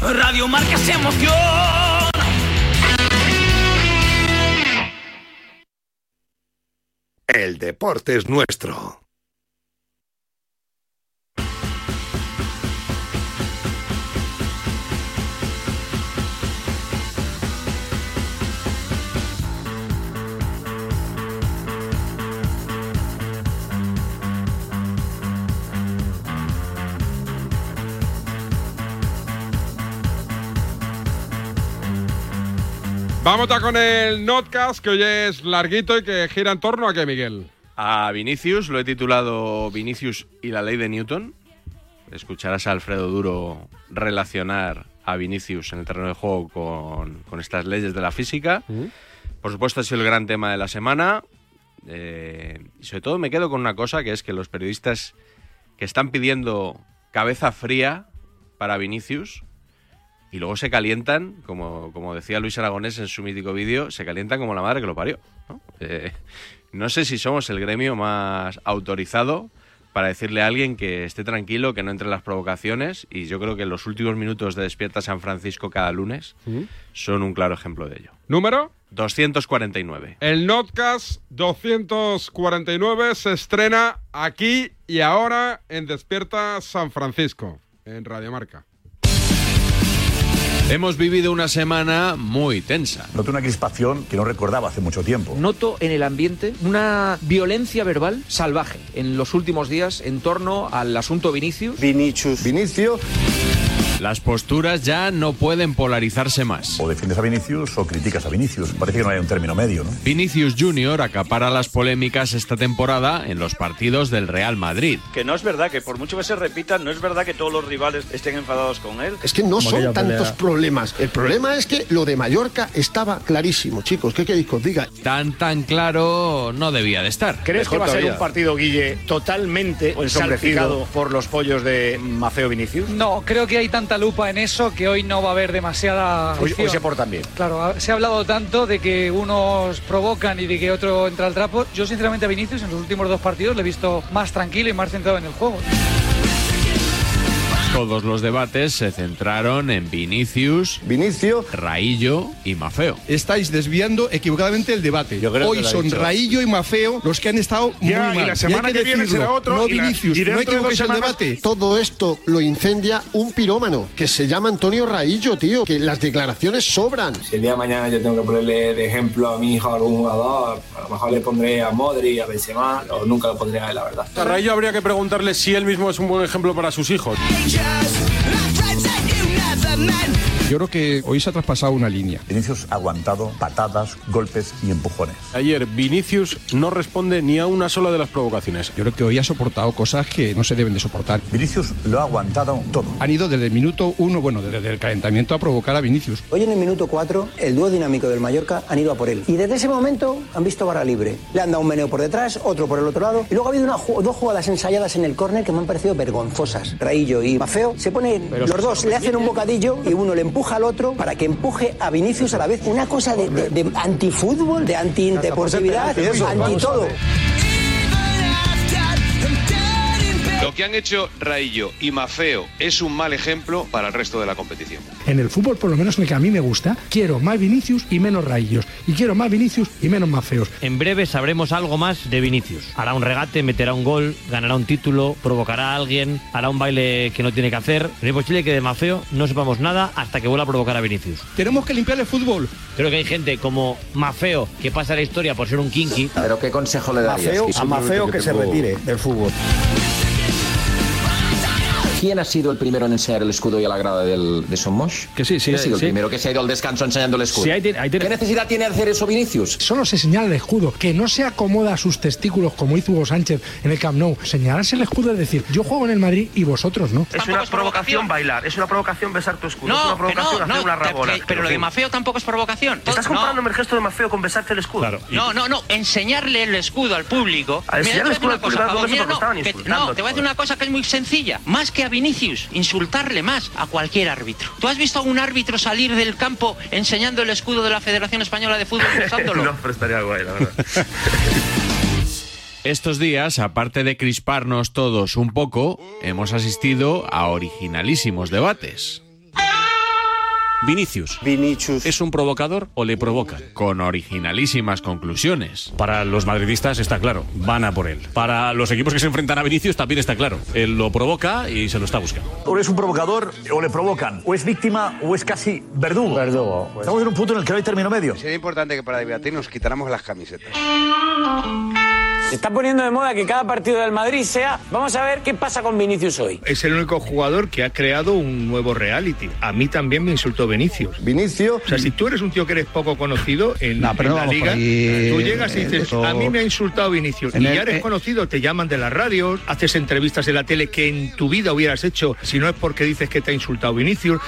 Speaker 18: Radio Marca es emoción.
Speaker 1: El deporte es nuestro.
Speaker 8: Vamos ya con el notcast que hoy es larguito y que gira en torno a qué, Miguel.
Speaker 12: A Vinicius, lo he titulado Vinicius y la ley de Newton. Escucharás a Alfredo Duro relacionar a Vinicius en el terreno de juego con, con estas leyes de la física. Por supuesto, ha sido el gran tema de la semana. Eh, y sobre todo me quedo con una cosa, que es que los periodistas que están pidiendo cabeza fría para Vinicius y luego se calientan, como, como decía Luis Aragonés en su mítico vídeo, se calientan como la madre que lo parió. ¿no? Eh, no sé si somos el gremio más autorizado para decirle a alguien que esté tranquilo, que no entre en las provocaciones y yo creo que los últimos minutos de Despierta San Francisco cada lunes
Speaker 8: ¿Mm?
Speaker 12: son un claro ejemplo de ello.
Speaker 8: ¿Número?
Speaker 12: 249.
Speaker 8: El notcast 249 se estrena aquí y ahora en Despierta San Francisco, en Radiomarca.
Speaker 12: Hemos vivido una semana muy tensa.
Speaker 29: Noto una crispación que no recordaba hace mucho tiempo.
Speaker 30: Noto en el ambiente una violencia verbal salvaje en los últimos días en torno al asunto Vinicius.
Speaker 29: Vinicius. Vinicio.
Speaker 12: Las posturas ya no pueden polarizarse más.
Speaker 29: O defiendes a Vinicius o criticas a Vinicius. Parece que no hay un término medio, ¿no?
Speaker 12: Vinicius Jr. acapara las polémicas esta temporada en los partidos del Real Madrid.
Speaker 31: Que no es verdad, que por mucho que se repitan, no es verdad que todos los rivales estén enfadados con él.
Speaker 32: Es que no
Speaker 31: Como
Speaker 32: son
Speaker 31: aquella pelea.
Speaker 32: tantos problemas. El problema es que lo de Mallorca estaba clarísimo, chicos. ¿Qué queréis que os diga?
Speaker 12: Tan tan claro no debía de estar.
Speaker 16: ¿Crees que va a ser un partido, Guille, totalmente
Speaker 12: ensombrecido.
Speaker 16: salpicado por los pollos de Maceo Vinicius?
Speaker 33: No, creo que hay tanta lupa en eso que hoy no va a haber demasiada.
Speaker 16: Hoy, hoy
Speaker 33: fricción.
Speaker 16: se portan bien.
Speaker 33: Claro, ha- se ha hablado tanto de que unos provocan y de que otro entra al trapo. Yo, sinceramente, a Vinicius en los últimos dos partidos le he visto más tranquilo y más centrado en el juego.
Speaker 12: Todos los debates se centraron en Vinicius,
Speaker 29: Vinicio,
Speaker 12: Raillo y Mafeo.
Speaker 34: Estáis desviando equivocadamente el debate.
Speaker 12: creo que
Speaker 34: Hoy
Speaker 12: lo ha
Speaker 34: son
Speaker 12: dicho.
Speaker 34: Raillo y Mafeo los que han estado
Speaker 16: Ya,
Speaker 34: muy
Speaker 16: y
Speaker 34: mal.
Speaker 16: la semana
Speaker 34: hay
Speaker 16: que viene
Speaker 34: decirlo.
Speaker 16: será otro,
Speaker 34: No
Speaker 16: y la-
Speaker 34: Vinicius,
Speaker 16: y
Speaker 34: no
Speaker 16: dentro de dos
Speaker 34: equivoquéis el
Speaker 16: semanas-
Speaker 34: debate.
Speaker 32: Todo esto lo incendia un pirómano que se llama Antonio Raillo, tío. Que las declaraciones sobran.
Speaker 35: el día de mañana yo tengo que ponerle de ejemplo a mi hijo a algún jugador, a lo mejor le pondré a Modri, a Benzema, o nunca lo pondré a él, la verdad.
Speaker 26: A Rayo habría que preguntarle si él mismo es un buen ejemplo para sus hijos.
Speaker 34: Yo creo que hoy se ha traspasado una línea.
Speaker 29: Vinicius ha aguantado patadas, golpes y empujones.
Speaker 26: Ayer Vinicius no responde ni a una sola de las provocaciones.
Speaker 34: Yo creo que hoy ha soportado cosas que no se deben de soportar.
Speaker 29: Vinicius lo ha aguantado todo.
Speaker 34: Han ido desde el minuto uno, bueno, desde el calentamiento a provocar a Vinicius.
Speaker 26: Hoy en el minuto 4, el dúo dinámico del Mallorca han ido a por él. Y desde ese momento han visto barra libre. Le han dado un meneo por detrás, otro por el otro lado. Y luego ha habido una ju- dos jugadas ensayadas en el córner que me han parecido vergonzosas. Raillo y Mafeo se ponen
Speaker 17: Pero
Speaker 26: los
Speaker 17: eso
Speaker 26: dos, le hacen un bocadillo y uno le empuja al otro para que empuje a Vinicius a la vez. Una cosa de, de- de antifútbol, de antideportividad,
Speaker 23: Hasta por ser penalti, eso,
Speaker 26: anti todo.
Speaker 36: Lo que han hecho Raillo y Mafeo es un mal ejemplo para el resto de la competición.
Speaker 17: En el fútbol, por lo menos en el que a mí me gusta, quiero más Vinicius y menos Raillos. Y quiero más Vinicius y menos Mafeos.
Speaker 11: En breve sabremos algo más de Vinicius. Hará un regate, meterá un gol, ganará un título, provocará a alguien, hará un baile que no tiene que hacer. No es posible que de Mafeo no sepamos nada hasta que vuelva a provocar a Vinicius.
Speaker 17: Tenemos que limpiar el fútbol.
Speaker 11: Creo que hay gente como Mafeo que pasa la historia por ser un kinky. Pero qué consejo le
Speaker 23: Mafeo, a Mafeo que se retire del fútbol.
Speaker 37: ¿Quién ha sido el primero en enseñar el escudo y a la grada del, de Somosh?
Speaker 38: Que sí, sí,
Speaker 37: ¿Quién ha sido
Speaker 38: sí.
Speaker 37: el primero que se ha ido al descanso enseñando el escudo?
Speaker 38: Sí, ahí tiene- ahí tiene-
Speaker 37: ¿Qué necesidad tiene hacer eso Vinicius?
Speaker 39: Solo se señala el escudo, que no se acomoda a sus testículos como hizo Hugo Sánchez en el Camp Nou. Señalarse el escudo es decir, yo juego en el Madrid y vosotros no.
Speaker 37: Es una provocación bailar, es una provocación besar tu escudo, es una
Speaker 13: No, que
Speaker 37: provocación
Speaker 13: no,
Speaker 37: hacer
Speaker 13: no,
Speaker 37: una
Speaker 13: que-
Speaker 37: rabona.
Speaker 13: que- pero lo de Mafeo tampoco es provocación.
Speaker 37: Estás
Speaker 13: No.
Speaker 37: comparando el gesto de Mafeo con besarte el escudo.
Speaker 13: No, no, no, enseñarle el escudo al público.
Speaker 37: A
Speaker 13: Mira, te voy
Speaker 37: enseñarle
Speaker 13: a
Speaker 37: el
Speaker 13: decir
Speaker 37: escudo
Speaker 13: una
Speaker 37: al
Speaker 13: cosa,
Speaker 37: público,
Speaker 13: Pablo,
Speaker 37: porque
Speaker 13: mira,
Speaker 37: se lo estaban
Speaker 13: no, que-
Speaker 37: insultando,
Speaker 13: no, te voy a decir una cosa que es muy sencilla. Más que a Vinicius, insultarle más a cualquier árbitro. ¿Tú has visto a un árbitro salir del campo enseñando el escudo de la Federación Española de Fútbol y usándolo?
Speaker 37: no, pero estaría guay, la verdad.
Speaker 12: Estos días, aparte de crisparnos todos un poco, hemos asistido a originalísimos debates. Vinicius. Vinicius. ¿Es un provocador o le provocan? Con originalísimas conclusiones.
Speaker 13: Para los madridistas está claro, van a por él. Para los equipos que se enfrentan a Vinicius también está claro. Él lo provoca y se lo está buscando.
Speaker 40: O es un provocador o le provocan. O es víctima o es casi verdugo. Verdugo. Estamos en un punto en el que no hay término medio.
Speaker 16: Sería importante que para debatir nos quitáramos las camisetas.
Speaker 23: Se está poniendo de moda que cada partido del Madrid sea. Vamos a ver qué pasa con Vinicius hoy.
Speaker 1: Es el único jugador que ha creado un nuevo reality. A mí también me insultó Vinicius. Vinicius. O sea, si tú eres un tío que eres poco conocido en,
Speaker 11: No,
Speaker 1: en
Speaker 11: pero no
Speaker 1: la
Speaker 11: vamos por
Speaker 1: liga,
Speaker 11: ahí.
Speaker 1: tú llegas y dices,
Speaker 11: Eso-
Speaker 1: a mí me ha insultado Vinicius.
Speaker 11: En
Speaker 1: y
Speaker 11: el-
Speaker 1: ya eres
Speaker 11: eh.
Speaker 1: conocido, te llaman de las radios, haces entrevistas en la tele que en tu vida hubieras hecho si no es porque dices que te ha insultado Vinicius.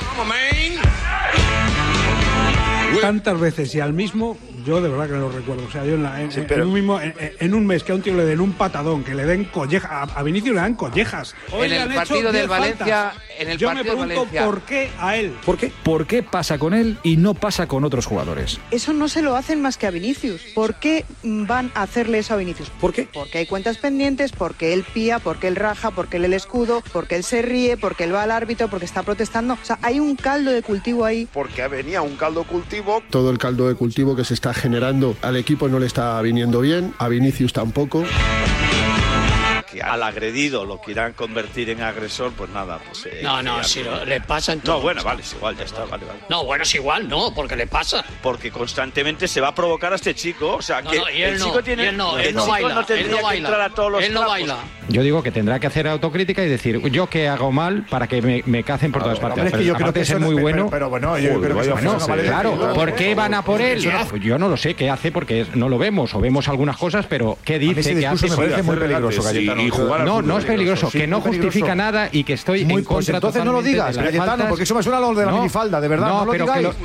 Speaker 39: Tantas veces y al mismo, yo de verdad que no lo recuerdo. O sea, yo en, la- en-
Speaker 1: Sí,
Speaker 39: en
Speaker 1: pero-
Speaker 39: un mismo, en, Eh, en un mes que a un tío le den un patadón, que le den collejas, a, a Vinicius le dan collejas. Hoy
Speaker 17: En
Speaker 39: le
Speaker 17: el
Speaker 39: han hecho
Speaker 17: partido del
Speaker 39: 10 faltas.
Speaker 17: Valencia- en el
Speaker 39: yo
Speaker 17: partido del
Speaker 39: me pregunto
Speaker 17: Valencia.
Speaker 39: por qué a él.
Speaker 17: ¿Por qué? ¿Por qué pasa con él y no pasa con otros jugadores? Eso no se lo hacen más que a Vinicius. ¿Por qué van a hacerle eso a Vinicius? ¿Por qué? Porque hay cuentas pendientes, porque él pía, porque él raja, porque él el escudo, porque él se ríe, porque él va al árbitro, porque está protestando. O sea, hay un caldo de cultivo ahí.
Speaker 41: Porque venía un caldo cultivo.
Speaker 32: Todo el caldo de cultivo que se está generando al equipo no le está viniendo bien, a Vinicius tampoco.
Speaker 42: que al agredido lo quieran convertir en agresor, pues nada, pues... eh,
Speaker 13: No, no,
Speaker 42: eh,
Speaker 13: si lo-
Speaker 42: eh,
Speaker 13: le pasa en
Speaker 42: No,
Speaker 13: todo.
Speaker 42: bueno, vale, es igual, ya está, vale, vale.
Speaker 13: No, bueno, es igual, no, porque le pasa.
Speaker 42: Porque constantemente se va a provocar a este chico, o sea,
Speaker 13: No,
Speaker 42: que
Speaker 13: no, y
Speaker 42: el
Speaker 13: él
Speaker 42: chico
Speaker 13: no,
Speaker 42: tiene...
Speaker 13: y él no,
Speaker 42: el
Speaker 13: él no
Speaker 42: chico
Speaker 13: baila, él no
Speaker 42: tendría que
Speaker 13: baila,
Speaker 42: entrar a todos los
Speaker 13: él no
Speaker 42: trapos.
Speaker 13: baila.
Speaker 16: Yo digo que tendrá que hacer autocrítica y decir, yo qué hago mal para que me, me cacen por todas partes.
Speaker 11: Hombre, es que yo creo que
Speaker 16: Aparte de ser
Speaker 11: eso no-
Speaker 16: muy
Speaker 11: pero-
Speaker 16: bueno.
Speaker 11: pero- pero bueno, yo creo que
Speaker 16: vaya
Speaker 11: eso no
Speaker 16: frase,
Speaker 11: vale de
Speaker 16: Claro,
Speaker 11: decirlo.
Speaker 16: ¿por qué van a por él?
Speaker 11: Eso no-
Speaker 16: Yo no lo sé qué hace porque no lo vemos o vemos algunas cosas, pero qué
Speaker 11: mí ese
Speaker 16: dice que
Speaker 11: discurso
Speaker 16: hace.
Speaker 11: me parece muy peligroso, Cayetano.
Speaker 16: No, no es peligroso,
Speaker 11: Sí,
Speaker 16: que no
Speaker 11: muy peligroso.
Speaker 16: justifica nada y que estoy
Speaker 11: Muy-
Speaker 16: en
Speaker 11: pues
Speaker 16: contra
Speaker 11: entonces no lo
Speaker 16: totalmente
Speaker 11: digas,
Speaker 16: de las
Speaker 11: Cayetano,
Speaker 16: faltas.
Speaker 11: porque eso me suena a los de la
Speaker 16: No,
Speaker 11: minifalda, de verdad, no lo
Speaker 16: pero que
Speaker 11: digáis.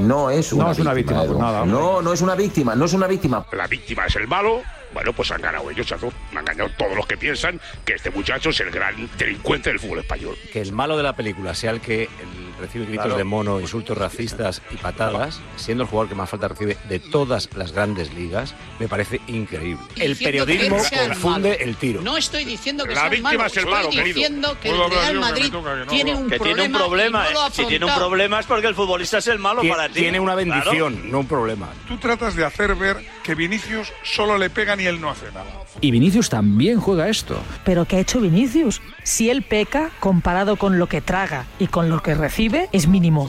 Speaker 1: No es
Speaker 16: una
Speaker 11: No es una víctima,
Speaker 16: Edu.
Speaker 11: pues nada, hombre.
Speaker 1: No,
Speaker 16: no es una víctima, no es una víctima.
Speaker 1: La víctima es el malo. Bueno, pues han ganado ellos, Azul. Han ganado todos los que piensan que este muchacho es el gran delincuente del fútbol español.
Speaker 43: Que el malo de la película sea el que el- recibe gritos
Speaker 1: Claro.
Speaker 43: de mono, insultos racistas y patadas, siendo el jugador que más falta recibe de todas las grandes ligas, me parece increíble.
Speaker 13: Y
Speaker 43: El
Speaker 13: diciendo que
Speaker 43: periodismo
Speaker 13: él sea el
Speaker 43: confunde
Speaker 13: malo.
Speaker 43: el tiro.
Speaker 13: No estoy diciendo que
Speaker 43: La
Speaker 13: sea
Speaker 43: víctima
Speaker 13: malo,
Speaker 43: es el
Speaker 13: estoy
Speaker 43: malo, querido.
Speaker 13: diciendo que
Speaker 43: Puedo
Speaker 13: el
Speaker 43: hablar
Speaker 13: Real
Speaker 43: yo, que me
Speaker 13: Madrid
Speaker 43: toca, que no
Speaker 13: tiene, un
Speaker 42: que tiene un
Speaker 13: problema
Speaker 42: problema, eh,
Speaker 13: y no lo ha
Speaker 42: si tiene un
Speaker 13: afrontado.
Speaker 42: problema es porque el futbolista es el malo
Speaker 43: Tie-
Speaker 42: para ti.
Speaker 43: Tiene una
Speaker 42: Claro.
Speaker 43: bendición, no un problema.
Speaker 27: Tú tratas de hacer ver que Vinicius solo le pegan y él no hace nada.
Speaker 17: Y Vinicius también juega esto.
Speaker 11: Pero ¿qué ha hecho Vinicius? Si él peca, comparado con lo que traga y con lo que recibe, es mínimo.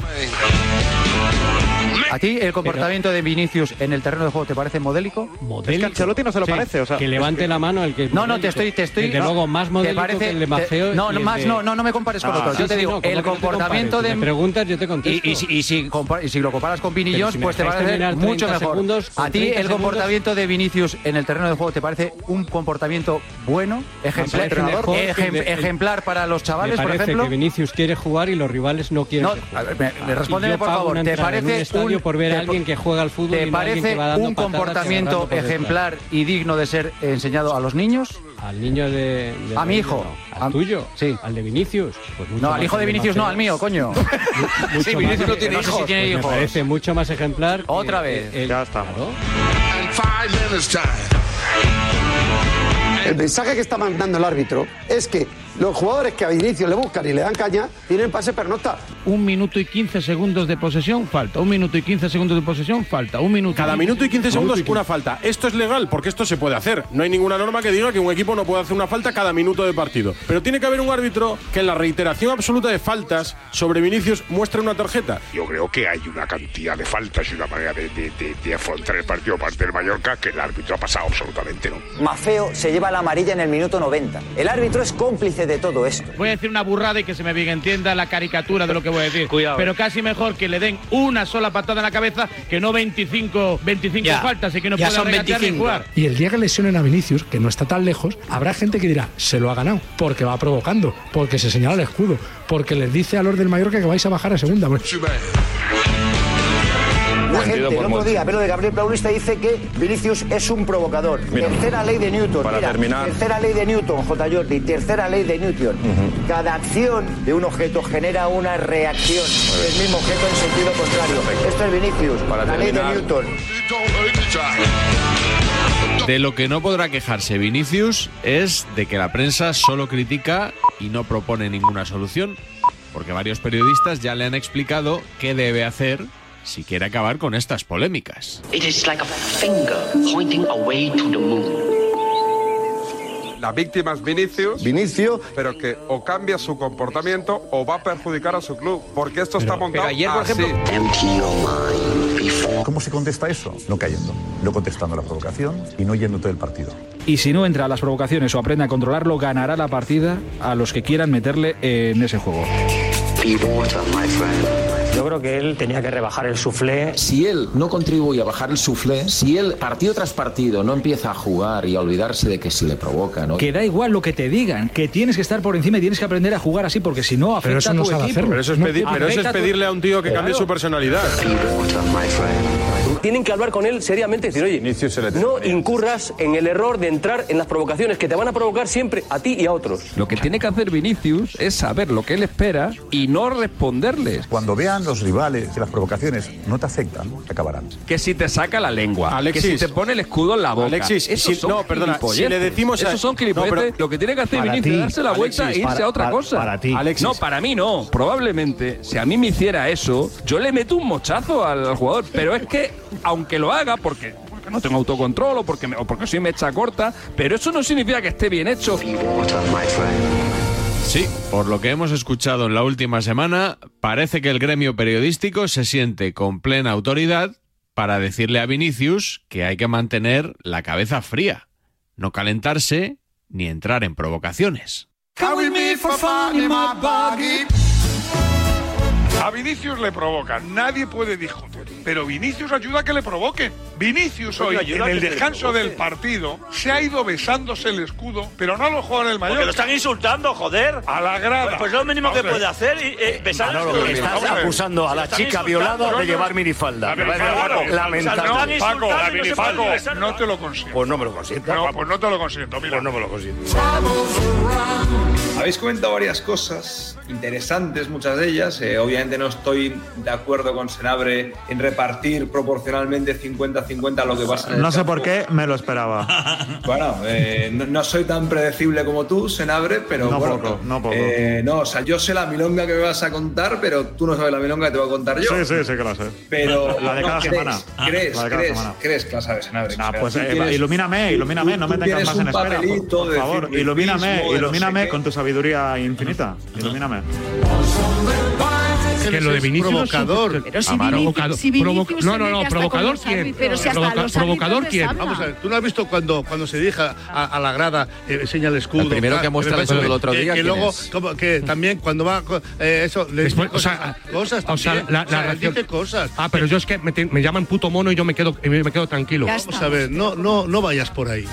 Speaker 11: ¿A ti el comportamiento de Vinicius en el terreno de juego te parece modélico?
Speaker 17: Modélico.
Speaker 11: Es que Ancelotti no se lo
Speaker 17: Sí,
Speaker 11: parece. O sea,
Speaker 17: que levante la mano el que es
Speaker 11: No, no,
Speaker 17: modélico.
Speaker 11: te estoy. Te estoy
Speaker 17: Desde
Speaker 11: no,
Speaker 17: luego, más
Speaker 11: te
Speaker 17: modélico
Speaker 11: parece-
Speaker 17: que el de
Speaker 11: te-
Speaker 17: Maceo
Speaker 11: No,
Speaker 17: y
Speaker 11: no,
Speaker 17: el
Speaker 11: más
Speaker 17: de-
Speaker 11: no, no, no me compares con
Speaker 17: Ah,
Speaker 11: otros.
Speaker 17: sí,
Speaker 11: yo te
Speaker 17: sí,
Speaker 11: digo,
Speaker 17: no, ¿cómo
Speaker 11: el
Speaker 17: que no te
Speaker 11: comportamiento de.
Speaker 17: compares? Si me preguntas, yo te contesto.
Speaker 11: Y, y si- y si, compa- y si lo comparas con Vini
Speaker 17: Pero
Speaker 11: Jones,
Speaker 17: si me
Speaker 11: pues te va a
Speaker 17: dejáis
Speaker 11: parecer
Speaker 17: terminar
Speaker 11: mucho
Speaker 17: 30
Speaker 11: mejor.
Speaker 17: segundos,
Speaker 11: ¿A ti
Speaker 17: 30
Speaker 11: el
Speaker 17: segundos.
Speaker 11: comportamiento de Vinicius en el terreno de juego te parece un comportamiento bueno, ejemplar,
Speaker 17: Me parece mejor que
Speaker 11: ejem-
Speaker 17: me-
Speaker 11: ejemplar para los
Speaker 17: Me
Speaker 11: chavales, por
Speaker 17: parece
Speaker 11: ejemplo?
Speaker 17: que Vinicius quiere jugar y los rivales no quieren.
Speaker 11: No,
Speaker 17: que juegue.
Speaker 11: a ver, me- me
Speaker 17: Y
Speaker 11: respóndeme,
Speaker 17: yo
Speaker 11: por
Speaker 17: pago
Speaker 11: favor,
Speaker 17: una
Speaker 11: ¿te
Speaker 17: entrada en un
Speaker 11: parece
Speaker 17: estadio
Speaker 11: un-
Speaker 17: por ver
Speaker 11: te-
Speaker 17: a alguien que juega al fútbol
Speaker 11: ¿Te
Speaker 17: y no a alguien
Speaker 11: parece
Speaker 17: que va dando
Speaker 11: un
Speaker 17: patadas
Speaker 11: comportamiento
Speaker 17: agarrando por detrás?
Speaker 11: ejemplar y digno de ser enseñado a los niños?
Speaker 17: Al niño de. de
Speaker 11: A mi
Speaker 17: Mourinho,
Speaker 11: hijo.
Speaker 17: no. ¿Al tuyo? Sí. ¿Al de Vinicius? Pues mucho
Speaker 11: No,
Speaker 17: más
Speaker 11: al hijo de
Speaker 17: el
Speaker 11: Vinicius no,
Speaker 17: Maceo.
Speaker 11: al mío, coño.
Speaker 17: Mucho
Speaker 11: Sí,
Speaker 17: más.
Speaker 11: Vinicius no tiene
Speaker 17: sé si
Speaker 11: hijos.
Speaker 17: tiene
Speaker 11: Pues me
Speaker 17: hijos. parece mucho más ejemplar.
Speaker 11: Otra vez.
Speaker 17: ya estamos.
Speaker 44: El mensaje que está mandando el árbitro es que
Speaker 45: Los jugadores que a Vinicius le buscan y le dan caña tienen pase, pero no está.
Speaker 46: Un minuto y 15 segundos de posesión, falta. Un minuto y 15 segundos de posesión, falta. Un minuto.
Speaker 26: Cada minuto y 15 segundos una falta. Esto es legal porque esto se puede hacer. No hay ninguna norma que diga que un equipo no puede hacer una falta cada minuto de partido. Pero tiene que haber un árbitro que en la reiteración absoluta de faltas sobre Vinicius muestre una tarjeta.
Speaker 47: Yo creo que hay una cantidad de faltas y una manera de, de- de- de afrontar el partido parte del Mallorca que el árbitro ha pasado absolutamente no.
Speaker 17: Mafeo se lleva la amarilla en el minuto 90. El árbitro es cómplice de todo esto.
Speaker 46: Voy a decir una burrada y que se me bien entienda la caricatura de lo que voy a decir. Cuidado. Pero casi mejor que le den una sola patada en la cabeza que no 25, 25 faltas y que no
Speaker 39: Ya
Speaker 46: pueda
Speaker 39: son
Speaker 46: regatear ni
Speaker 39: 25.
Speaker 46: jugar.
Speaker 39: Y el día que lesionen a Vinicius, que no está tan lejos, habrá gente que dirá, se lo ha ganado, porque va provocando, porque se señala el escudo, porque les dice a los del Mallorca que vais a bajar a segunda. hombre.
Speaker 17: La gente, el
Speaker 23: Vendido por
Speaker 17: otro
Speaker 23: mucho.
Speaker 17: día, pero de Gabriel Paulista dice que Vinicius es un provocador.
Speaker 23: Mira,
Speaker 17: tercera ley de Newton.
Speaker 23: para
Speaker 17: mira,
Speaker 23: terminar.
Speaker 17: Tercera ley de Newton, J. Jordi. Tercera ley de Newton. Cada acción de un objeto genera una reacción del mismo objeto en sentido contrario. Esto es Vinicius. la ley de Newton.
Speaker 12: De lo que no podrá quejarse Vinicius es de que la prensa solo critica y no propone ninguna solución, porque varios periodistas ya le han explicado qué debe hacer si quiere acabar con estas polémicas.
Speaker 48: It is like a finger pointing away to the moon.
Speaker 8: La víctima es Vinicius. Vinicius. Pero que o cambia su comportamiento o va a perjudicar a su club. Porque esto está montado así.
Speaker 16: ¿Cómo se contesta eso? No cayendo, no contestando la provocación y no yéndote del partido.
Speaker 8: Y si no entra a las provocaciones o aprende a controlarlo, ganará la partida a los que quieran meterle eh, en ese juego.
Speaker 49: Yo creo que él tenía que rebajar el suflé. Si él no contribuye a bajar el suflé, si él partido tras partido no empieza a jugar y a olvidarse de que se le provoca, ¿no?
Speaker 8: Que da igual lo que te digan, que tienes que estar por encima y tienes que aprender a jugar así, porque si no afecta a tu equipo.
Speaker 26: Pero eso es, pedi- pero eso es
Speaker 8: Afecta a tu-
Speaker 26: pedirle a un tío que cambie su personalidad.
Speaker 50: Tienen que hablar con él seriamente y decir, oye, no incurras en el error de entrar en las provocaciones que te van a provocar siempre a ti y a otros.
Speaker 51: Lo que tiene que hacer Vinicius es saber lo que él espera y no responderles.
Speaker 16: Cuando vean los rivales que las provocaciones no te afectan, acabarán.
Speaker 51: Que si te saca la lengua,
Speaker 16: Alexis.
Speaker 51: que si te pone el escudo en la boca.
Speaker 26: Alexis,
Speaker 51: Esos
Speaker 26: si-
Speaker 51: son
Speaker 26: no, perdona,
Speaker 51: gilipolleces.
Speaker 26: si le decimos a-
Speaker 51: Esos son clipetes.
Speaker 26: No, pero-
Speaker 51: lo que tiene que hacer
Speaker 26: Para
Speaker 51: Vinicius
Speaker 26: ti,
Speaker 51: es darse la vuelta
Speaker 26: Alexis,
Speaker 51: e irse
Speaker 26: para-
Speaker 51: a otra
Speaker 26: para-
Speaker 51: cosa.
Speaker 26: para ti. Alexis.
Speaker 51: No, para mí no. Probablemente, si a mí me hiciera eso, yo le meto un mochazo al, al jugador. Pero es que, aunque lo haga, porque porque no tengo autocontrol o porque, me- o porque soy mecha corta, pero eso no significa que esté bien hecho.
Speaker 12: Sí, por lo que hemos escuchado en la última semana, parece que el gremio periodístico se siente con plena autoridad para decirle a Vinicius que hay que mantener la cabeza fría, no calentarse ni entrar en provocaciones.
Speaker 27: Carry me for fun in my buggy. A Vinicius le provocan, nadie puede discutir. Pero Vinicius ayuda a que le provoquen. Vinicius
Speaker 1: Pero
Speaker 27: hoy,
Speaker 1: ayuda
Speaker 27: en
Speaker 1: a que
Speaker 27: el
Speaker 1: se le
Speaker 27: descanso
Speaker 1: provoque.
Speaker 27: del partido, se ha ido besándose el escudo, pero no a los jugadores del
Speaker 1: Porque
Speaker 27: mayor.
Speaker 1: lo están insultando, joder.
Speaker 27: A la grada.
Speaker 1: Pues, pues lo mínimo que
Speaker 27: Vamos a ver.
Speaker 1: puede hacer es eh, besar
Speaker 27: Manolo,
Speaker 1: el escudo.
Speaker 27: estás
Speaker 1: Vamos ver.
Speaker 27: acusando
Speaker 1: Si
Speaker 27: a la
Speaker 1: lo están
Speaker 27: chica
Speaker 1: insultando,
Speaker 27: violada de
Speaker 1: no, no.
Speaker 27: llevar
Speaker 1: La
Speaker 27: minifalda. Me parece
Speaker 1: minifalda,
Speaker 27: algo
Speaker 1: no.
Speaker 27: lamentable.
Speaker 1: Se lo están
Speaker 27: Paco, la
Speaker 1: insultando y no se
Speaker 27: minifalda.
Speaker 1: puede besar,
Speaker 27: No te lo consiento. Pues no me lo consiento. No, pues no te lo consiento, mira. Pues no me lo consiento.
Speaker 11: Habéis comentado varias cosas interesantes, muchas de ellas. Eh, obviamente no estoy de acuerdo con Senabre en repartir proporcionalmente 50-50 lo que pasa en el
Speaker 13: No sé
Speaker 11: campo.
Speaker 13: por qué, me lo esperaba.
Speaker 11: Bueno, eh, no, no soy tan predecible como tú, Senabre, pero
Speaker 13: No
Speaker 11: bueno.
Speaker 13: poco, no poco.
Speaker 11: eh, no, o sea, yo sé la milonga que me vas a contar, pero tú no sabes la milonga que te voy a contar yo.
Speaker 13: Sí, sí, sí que lo sé.
Speaker 11: Pero
Speaker 13: La de
Speaker 11: no,
Speaker 13: cada
Speaker 11: crees,
Speaker 13: semana.
Speaker 11: Crees,
Speaker 13: La de cada
Speaker 11: crees,
Speaker 13: semana.
Speaker 11: crees que la sabes, Senabre.
Speaker 13: Nah,
Speaker 11: O sea,
Speaker 13: pues
Speaker 11: tú
Speaker 13: eh,
Speaker 11: tienes-
Speaker 13: ilumíname, ilumíname,
Speaker 11: tú-
Speaker 13: no me
Speaker 11: tú
Speaker 13: tengas
Speaker 11: tienes
Speaker 13: más
Speaker 11: un
Speaker 13: en espera. Por,
Speaker 11: papelito
Speaker 13: por
Speaker 11: de
Speaker 13: favor,
Speaker 11: circuitismo, de no
Speaker 13: ilumíname,
Speaker 11: sé
Speaker 13: ilumíname
Speaker 11: qué.
Speaker 13: con tu sabiduría infinita. Ilumíname.
Speaker 18: Que lo de Vinicius no es un- Pero si
Speaker 13: Amaro.
Speaker 18: Vinicius-
Speaker 13: Provocado-
Speaker 18: si Vinicius
Speaker 13: provoca-
Speaker 18: se
Speaker 13: no, no,
Speaker 18: mete
Speaker 13: no,
Speaker 18: hasta con
Speaker 13: provocador
Speaker 18: los
Speaker 13: quién.
Speaker 18: árbitros- Pero si hasta
Speaker 32: Provoca-
Speaker 18: los
Speaker 32: provocador
Speaker 18: árbitros les
Speaker 32: quién.
Speaker 18: habla.
Speaker 32: Vamos a ver, ¿tú no has visto cuando, cuando se deja a, a la grada eh, señal escudo?
Speaker 13: El primero
Speaker 32: tal?
Speaker 13: que muestra el
Speaker 32: Pero,
Speaker 13: escudo el
Speaker 32: pero,
Speaker 13: otro
Speaker 32: que-
Speaker 13: día,
Speaker 32: Que
Speaker 13: ¿quién
Speaker 32: luego,
Speaker 13: es?
Speaker 32: como que también cuando va eh, eso, le dice
Speaker 18: Después, o
Speaker 32: cosas,
Speaker 18: sea,
Speaker 32: cosas
Speaker 18: o sea,
Speaker 32: también.
Speaker 18: la-
Speaker 32: O
Speaker 18: la
Speaker 32: sea,
Speaker 18: reacción-
Speaker 32: dice cosas.
Speaker 18: Ah, pero yo es que me, te- me llaman puto mono y yo me quedo, me, me quedo tranquilo.
Speaker 32: Vamos a ver, no, no, no vayas por ahí.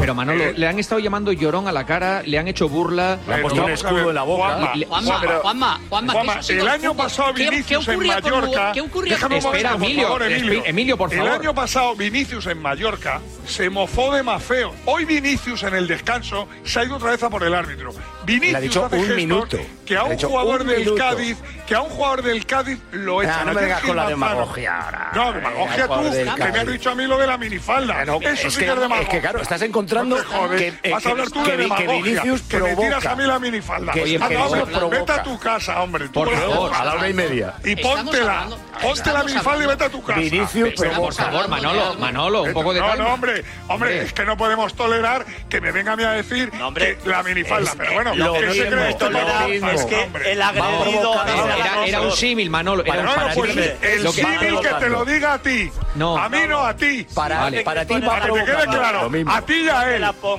Speaker 51: Pero Manolo, le han estado llamando llorón a la cara, le han hecho burla,
Speaker 11: Le han puesto un escudo en la boca.
Speaker 51: Le-
Speaker 11: Juanma, Pero-
Speaker 52: Juanma, Juanma,
Speaker 11: Juanma,
Speaker 52: que eso sí
Speaker 11: el
Speaker 52: que
Speaker 11: año
Speaker 52: es fútbol.
Speaker 11: pasado
Speaker 52: ¿Qué-
Speaker 11: Vinicius
Speaker 52: qué
Speaker 11: en
Speaker 52: ocurría con Hugo-
Speaker 11: Mallorca-
Speaker 52: ¿Qué ocurría
Speaker 11: Déjame un Espera, momento, Emilio, favor, espe- Emilio, por favor. favor. El año pasado Vinicius en Mallorca se mofó de Mafeo. Hoy Vinicius en el descanso se ha ido otra vez a por el árbitro. Vinicius Le ha dicho hace un gestos minuto. que a Le ha un dicho jugador un del minuto. Cádiz, que a un jugador del Cádiz lo Ah, echan. no me Ayer vengas Gil con la Manzano. demagogia ahora. No, demagogia Eh, tú, del que me Cádiz. has dicho a mí lo de la minifalda. Claro, Eso es sí que- que es demagogia. es que, claro, estás en contra
Speaker 20: hablando
Speaker 27: No te jodes.
Speaker 20: que, eh,
Speaker 27: Vas a
Speaker 20: que-
Speaker 27: hablar tú
Speaker 20: que
Speaker 27: de
Speaker 20: vi- que
Speaker 27: demagogia,
Speaker 20: Vinicius
Speaker 27: que me tiras
Speaker 20: provoca.
Speaker 27: a mí la minifalda.
Speaker 20: Que-
Speaker 27: Ah,
Speaker 20: que
Speaker 27: no,
Speaker 20: Vinicius
Speaker 27: hombre, vete
Speaker 20: provoca.
Speaker 27: a tu casa, hombre. tú
Speaker 20: Por
Speaker 27: vete tu
Speaker 20: favor,
Speaker 27: casa.
Speaker 20: a la hora y media.
Speaker 27: Y
Speaker 20: Estamos
Speaker 27: póntela.
Speaker 20: hablando-
Speaker 27: Ponte la
Speaker 20: estamos
Speaker 27: minifalda y
Speaker 20: hablando-
Speaker 27: vete a tu casa.
Speaker 20: Vinicius
Speaker 27: Pero,
Speaker 20: provoca. Estamos hablando de algo- No,
Speaker 27: Vete- No,
Speaker 20: no,
Speaker 27: no, hombre. Hombre, es que no podemos tolerar que me venga a mí a decir que la minifalda.
Speaker 12: es-
Speaker 27: Pero bueno,
Speaker 12: lo
Speaker 27: ¿qué se
Speaker 12: mismo,
Speaker 27: cree
Speaker 12: esto
Speaker 27: este
Speaker 12: es lo
Speaker 27: Manolo?
Speaker 12: mismo. Es que
Speaker 27: Hombre.
Speaker 12: el agredido-
Speaker 27: Va a
Speaker 12: era-
Speaker 27: provocar. No, no,
Speaker 12: era un
Speaker 27: por-
Speaker 12: símil, Manolo, era
Speaker 27: Para-
Speaker 12: un
Speaker 27: no, no,
Speaker 12: para-
Speaker 27: pues, El
Speaker 12: lo que-
Speaker 27: símil que te lo diga a ti.
Speaker 12: No.
Speaker 27: A mí no, a ti.
Speaker 12: Para- Vale. para ti va
Speaker 27: Para que te quede
Speaker 12: provocando.
Speaker 27: claro.
Speaker 12: Lo mismo.
Speaker 27: A ti y a él.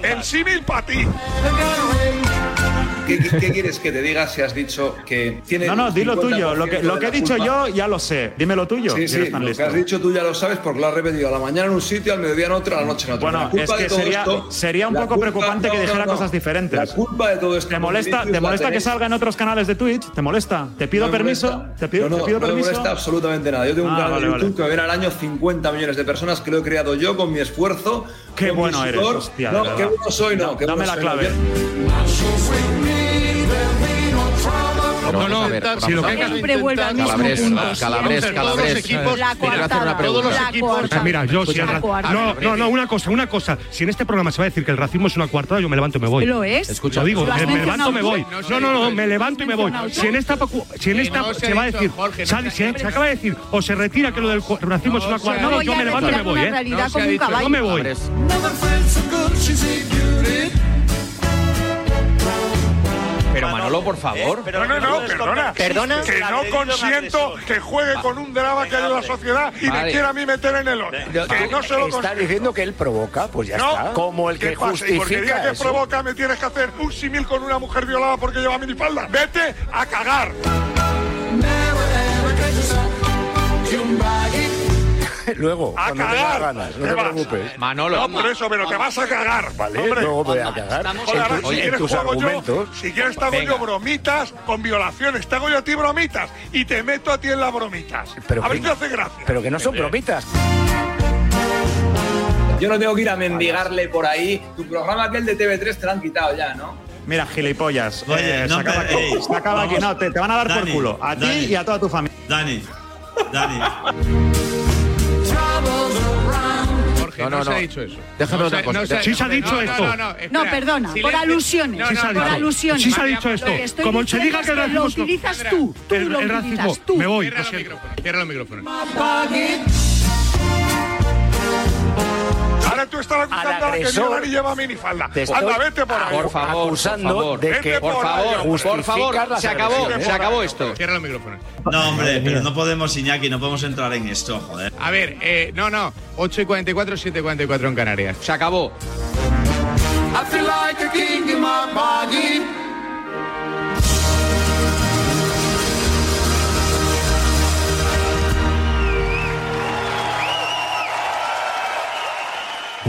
Speaker 27: El símil para ti.
Speaker 25: ¿Qué, qué- qué quieres que te diga si has dicho que tiene
Speaker 13: No, no, di lo
Speaker 25: 50%
Speaker 13: tuyo. Lo que, lo
Speaker 25: de
Speaker 13: que he
Speaker 25: la
Speaker 13: dicho
Speaker 25: culpa?
Speaker 13: yo ya lo sé. Dime lo tuyo.
Speaker 25: Sí,
Speaker 13: si
Speaker 25: sí,
Speaker 13: eres
Speaker 25: lo
Speaker 13: tan
Speaker 25: que
Speaker 13: listo.
Speaker 25: has dicho tú ya lo sabes porque lo has repetido a la mañana en un sitio, al mediodía en otro, a la noche en otro.
Speaker 13: Bueno,
Speaker 25: La culpa
Speaker 13: es
Speaker 25: de
Speaker 13: que
Speaker 25: todo
Speaker 13: sería,
Speaker 25: esto-
Speaker 13: sería un
Speaker 25: la
Speaker 13: poco
Speaker 25: culpa-
Speaker 13: preocupante
Speaker 25: no,
Speaker 13: que
Speaker 25: no,
Speaker 13: dijera
Speaker 25: no.
Speaker 13: cosas diferentes.
Speaker 25: La culpa de todo esto.
Speaker 13: ¿Te molesta,
Speaker 25: Vinicius,
Speaker 13: te
Speaker 25: la
Speaker 13: molesta que
Speaker 25: tenéis-
Speaker 13: salga en otros canales de Twitch? ¿Te molesta? ¿Te pido
Speaker 25: No me
Speaker 13: permiso?
Speaker 25: molesta.
Speaker 13: ¿Te pido,
Speaker 25: no, no,
Speaker 13: te pido
Speaker 25: no
Speaker 13: permiso?
Speaker 25: me molesta absolutamente nada. Yo tengo un
Speaker 13: Ah,
Speaker 25: canal
Speaker 13: vale,
Speaker 25: de YouTube
Speaker 13: vale.
Speaker 25: que me ven al año 50 millones de personas que lo he creado yo con mi esfuerzo.
Speaker 13: Qué
Speaker 25: con mi
Speaker 13: bueno eres,
Speaker 25: sudor.
Speaker 13: hostia, de
Speaker 25: no,
Speaker 13: verdad.
Speaker 25: qué bueno soy, no.
Speaker 13: Da-
Speaker 25: qué
Speaker 13: dame
Speaker 25: bueno
Speaker 13: la
Speaker 25: soy, no.
Speaker 13: clave.
Speaker 53: No, no, si lo que hay que
Speaker 28: Siempre vuelve al mismo
Speaker 53: Calabres,
Speaker 28: punto.
Speaker 53: Calabres,
Speaker 28: Siempre.
Speaker 53: Calabres.
Speaker 28: Todos los equipos,
Speaker 53: La
Speaker 28: Quiero hacer
Speaker 53: coartada,
Speaker 28: una pregunta.
Speaker 53: todos los
Speaker 28: La
Speaker 53: equipos.
Speaker 18: Eh,
Speaker 28: coartada.
Speaker 23: Mira, yo si
Speaker 28: Escucha,
Speaker 23: el ra-
Speaker 28: la coartada.
Speaker 23: No, no, no, una cosa, una cosa. Si en este programa se va a decir que el racismo es una coartada, yo me levanto y me voy.
Speaker 28: Lo es. Escucha.
Speaker 23: Lo digo, eh,
Speaker 28: Lo has
Speaker 23: me, me
Speaker 28: mencionado
Speaker 23: levanto y me
Speaker 28: tú.
Speaker 23: voy.
Speaker 28: No,
Speaker 23: No, no, no, me levanto y me voy.
Speaker 28: mencionado tú.
Speaker 23: Si en esta, pacu- si en
Speaker 28: Que
Speaker 23: esta
Speaker 28: no se ha
Speaker 23: se va a
Speaker 28: dicho,
Speaker 23: decir,
Speaker 28: Jorge, no
Speaker 23: sal-
Speaker 28: se ha
Speaker 23: se,
Speaker 28: dicho.
Speaker 23: se acaba de decir, o se retira que lo del co- racismo es una
Speaker 28: se ha
Speaker 23: coartada,
Speaker 28: dicho.
Speaker 23: yo
Speaker 28: No,
Speaker 23: me levanto y
Speaker 28: ya
Speaker 23: me voy,
Speaker 28: una
Speaker 23: ¿eh?
Speaker 28: realidad
Speaker 23: se ha
Speaker 28: como un
Speaker 23: dicho,
Speaker 28: caballo.
Speaker 23: No me voy.
Speaker 53: Pero Manolo,
Speaker 54: ¿eh?
Speaker 53: por favor.
Speaker 27: No, no, no, perdona.
Speaker 53: Perdona.
Speaker 27: Que no consiento que juegue con un drama que hay en la sociedad y me
Speaker 53: Vale.
Speaker 27: quiera a mí meter en el otro. Que no se lo
Speaker 20: Está
Speaker 27: consiento.
Speaker 20: diciendo que él provoca, pues ya
Speaker 27: No,
Speaker 20: está. Como el que
Speaker 27: ¿qué pasa? Y porque diga
Speaker 20: justifica
Speaker 27: que
Speaker 20: eso.
Speaker 27: provoca, me tienes que hacer un símil con una mujer violada porque lleva minifalda. Vete a cagar.
Speaker 20: Luego,
Speaker 27: A
Speaker 20: cuando tengas
Speaker 27: cagar.
Speaker 20: ganas, no
Speaker 27: Te
Speaker 20: te
Speaker 27: vas.
Speaker 20: preocupes.
Speaker 27: No, por eso, pero te vas a cagar.
Speaker 20: Vale,
Speaker 27: hombre.
Speaker 20: luego me voy a cagar.
Speaker 27: Joder,
Speaker 20: En tu-
Speaker 27: si
Speaker 20: en
Speaker 27: quieres
Speaker 20: tus
Speaker 27: juego
Speaker 20: argumentos.
Speaker 27: yo, si quieres te hago yo bromitas con violaciones, te hago yo a ti bromitas y te meto a ti en las bromitas.
Speaker 20: Pero
Speaker 27: a ver
Speaker 20: que-
Speaker 27: si te hace gracia.
Speaker 20: Pero que no son bromitas.
Speaker 25: Yo no tengo que ir a mendigarle por ahí. Tu programa aquel de TV3 te lo han quitado ya, ¿no?
Speaker 13: Mira, gilipollas. Oye,
Speaker 54: Eh, no
Speaker 13: se acaba aquí.
Speaker 54: peguéis.
Speaker 13: Se acaba aquí.
Speaker 54: Vamos.
Speaker 13: No, te, te van a dar por
Speaker 54: Dani,
Speaker 13: culo. A ti
Speaker 54: Dani.
Speaker 13: y a toda tu familia.
Speaker 54: Dani, Dani.
Speaker 53: No, no, no.
Speaker 54: eso.
Speaker 53: Déjame otra cosa.
Speaker 23: Sí se ha dicho esto.
Speaker 28: No, perdona, por alusiones.
Speaker 23: Sí se ha
Speaker 28: por
Speaker 23: dicho.
Speaker 28: alusiones.
Speaker 23: Sí se ha dicho esto.
Speaker 28: Lo que estoy
Speaker 23: Como se
Speaker 28: diciendo
Speaker 23: diga que el
Speaker 28: es lo
Speaker 23: racismo es una-
Speaker 28: utilizas tú. Tú
Speaker 23: El,
Speaker 28: lo
Speaker 23: el racismo,
Speaker 28: utilizas tú.
Speaker 23: me voy.
Speaker 28: Cierra
Speaker 23: lo siento.
Speaker 27: Cierra los micrófonos. Ahora tú estás acusando a la que
Speaker 20: agresor
Speaker 27: viola y lleva minifalda.
Speaker 20: te estoy
Speaker 27: Anda, vete por ahí.
Speaker 20: por favor, acusando por favor. de
Speaker 27: Vete
Speaker 20: que-
Speaker 53: Por
Speaker 27: ahí,
Speaker 53: favor,
Speaker 27: hombre.
Speaker 53: por favor, se
Speaker 27: Justificas las
Speaker 53: acabó,
Speaker 27: agresiones.
Speaker 53: se acabó esto.
Speaker 54: Cierra los micrófonos. No, hombre, pero no podemos, Iñaki, no podemos entrar en esto, joder.
Speaker 12: A ver, eh, no, no. 8 y 44, 7 y 44 en Canarias. Se acabó.
Speaker 55: I feel like a king in my body.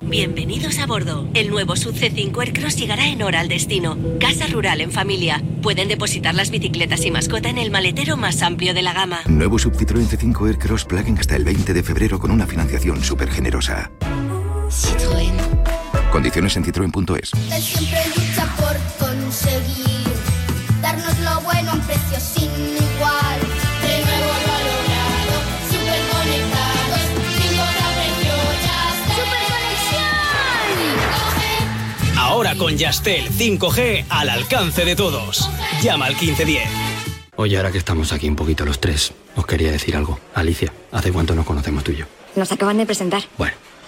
Speaker 25: Bienvenidos a bordo. El nuevo Sub C5 Aircross llegará en hora al destino. Casa rural en familia. Pueden depositar las bicicletas y mascota en el maletero más amplio de la gama.
Speaker 56: Nuevo Sub Citroën C5 Aircross Plug-in hasta el 20 de febrero con una financiación súper generosa.
Speaker 18: Citroën.
Speaker 56: Condiciones en citroen.es.
Speaker 18: Él siempre lucha por conseguir darnos lo bueno a un precio sin igual. De nuevo lo ha logrado, super conectados, sin hora super conexión.
Speaker 57: Ahora con Yastel 5G al alcance de todos. Llama al 1510.
Speaker 58: Oye, ahora que estamos aquí un poquito los tres, os quería decir algo. Alicia, ¿hace cuánto nos conocemos tú y yo?
Speaker 59: Nos acaban de presentar.
Speaker 58: Bueno,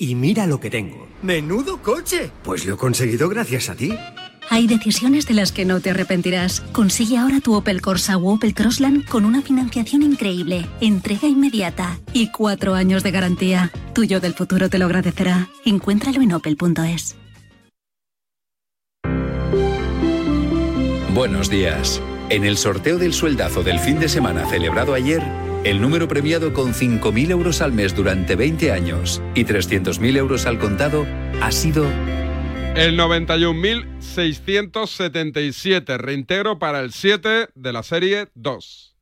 Speaker 60: Y mira lo que tengo.
Speaker 59: ¡Menudo coche!
Speaker 60: Pues lo he conseguido gracias a ti.
Speaker 59: Hay decisiones de las que no te arrepentirás. Consigue ahora tu Opel Corsa o Opel Crossland con una financiación increíble, entrega inmediata y cuatro años de garantía. Tuyo del futuro te lo agradecerá. Encuéntralo en opel.es.
Speaker 11: Buenos días. En el sorteo del sueldazo del fin de semana celebrado ayer, el número premiado con 5.000 euros al mes durante 20 años y 300.000 euros al contado ha sido
Speaker 8: El 91.677, reintegro para el 7 de la serie 2.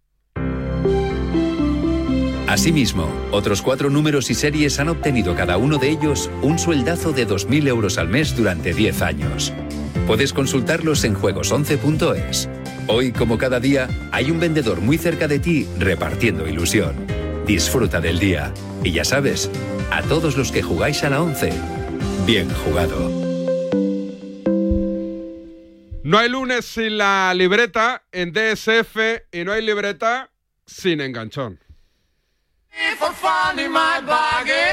Speaker 11: Asimismo, otros cuatro números y series han obtenido cada uno de ellos un sueldazo de 2.000 euros al mes durante 10 años. Puedes consultarlos en juegos11.es. Hoy, como cada día, hay un vendedor muy cerca de ti repartiendo ilusión. Disfruta del día. Y ya sabes, a todos los que jugáis a la 11, bien jugado.
Speaker 8: No hay lunes sin la libreta en DSF y no hay libreta sin enganchón.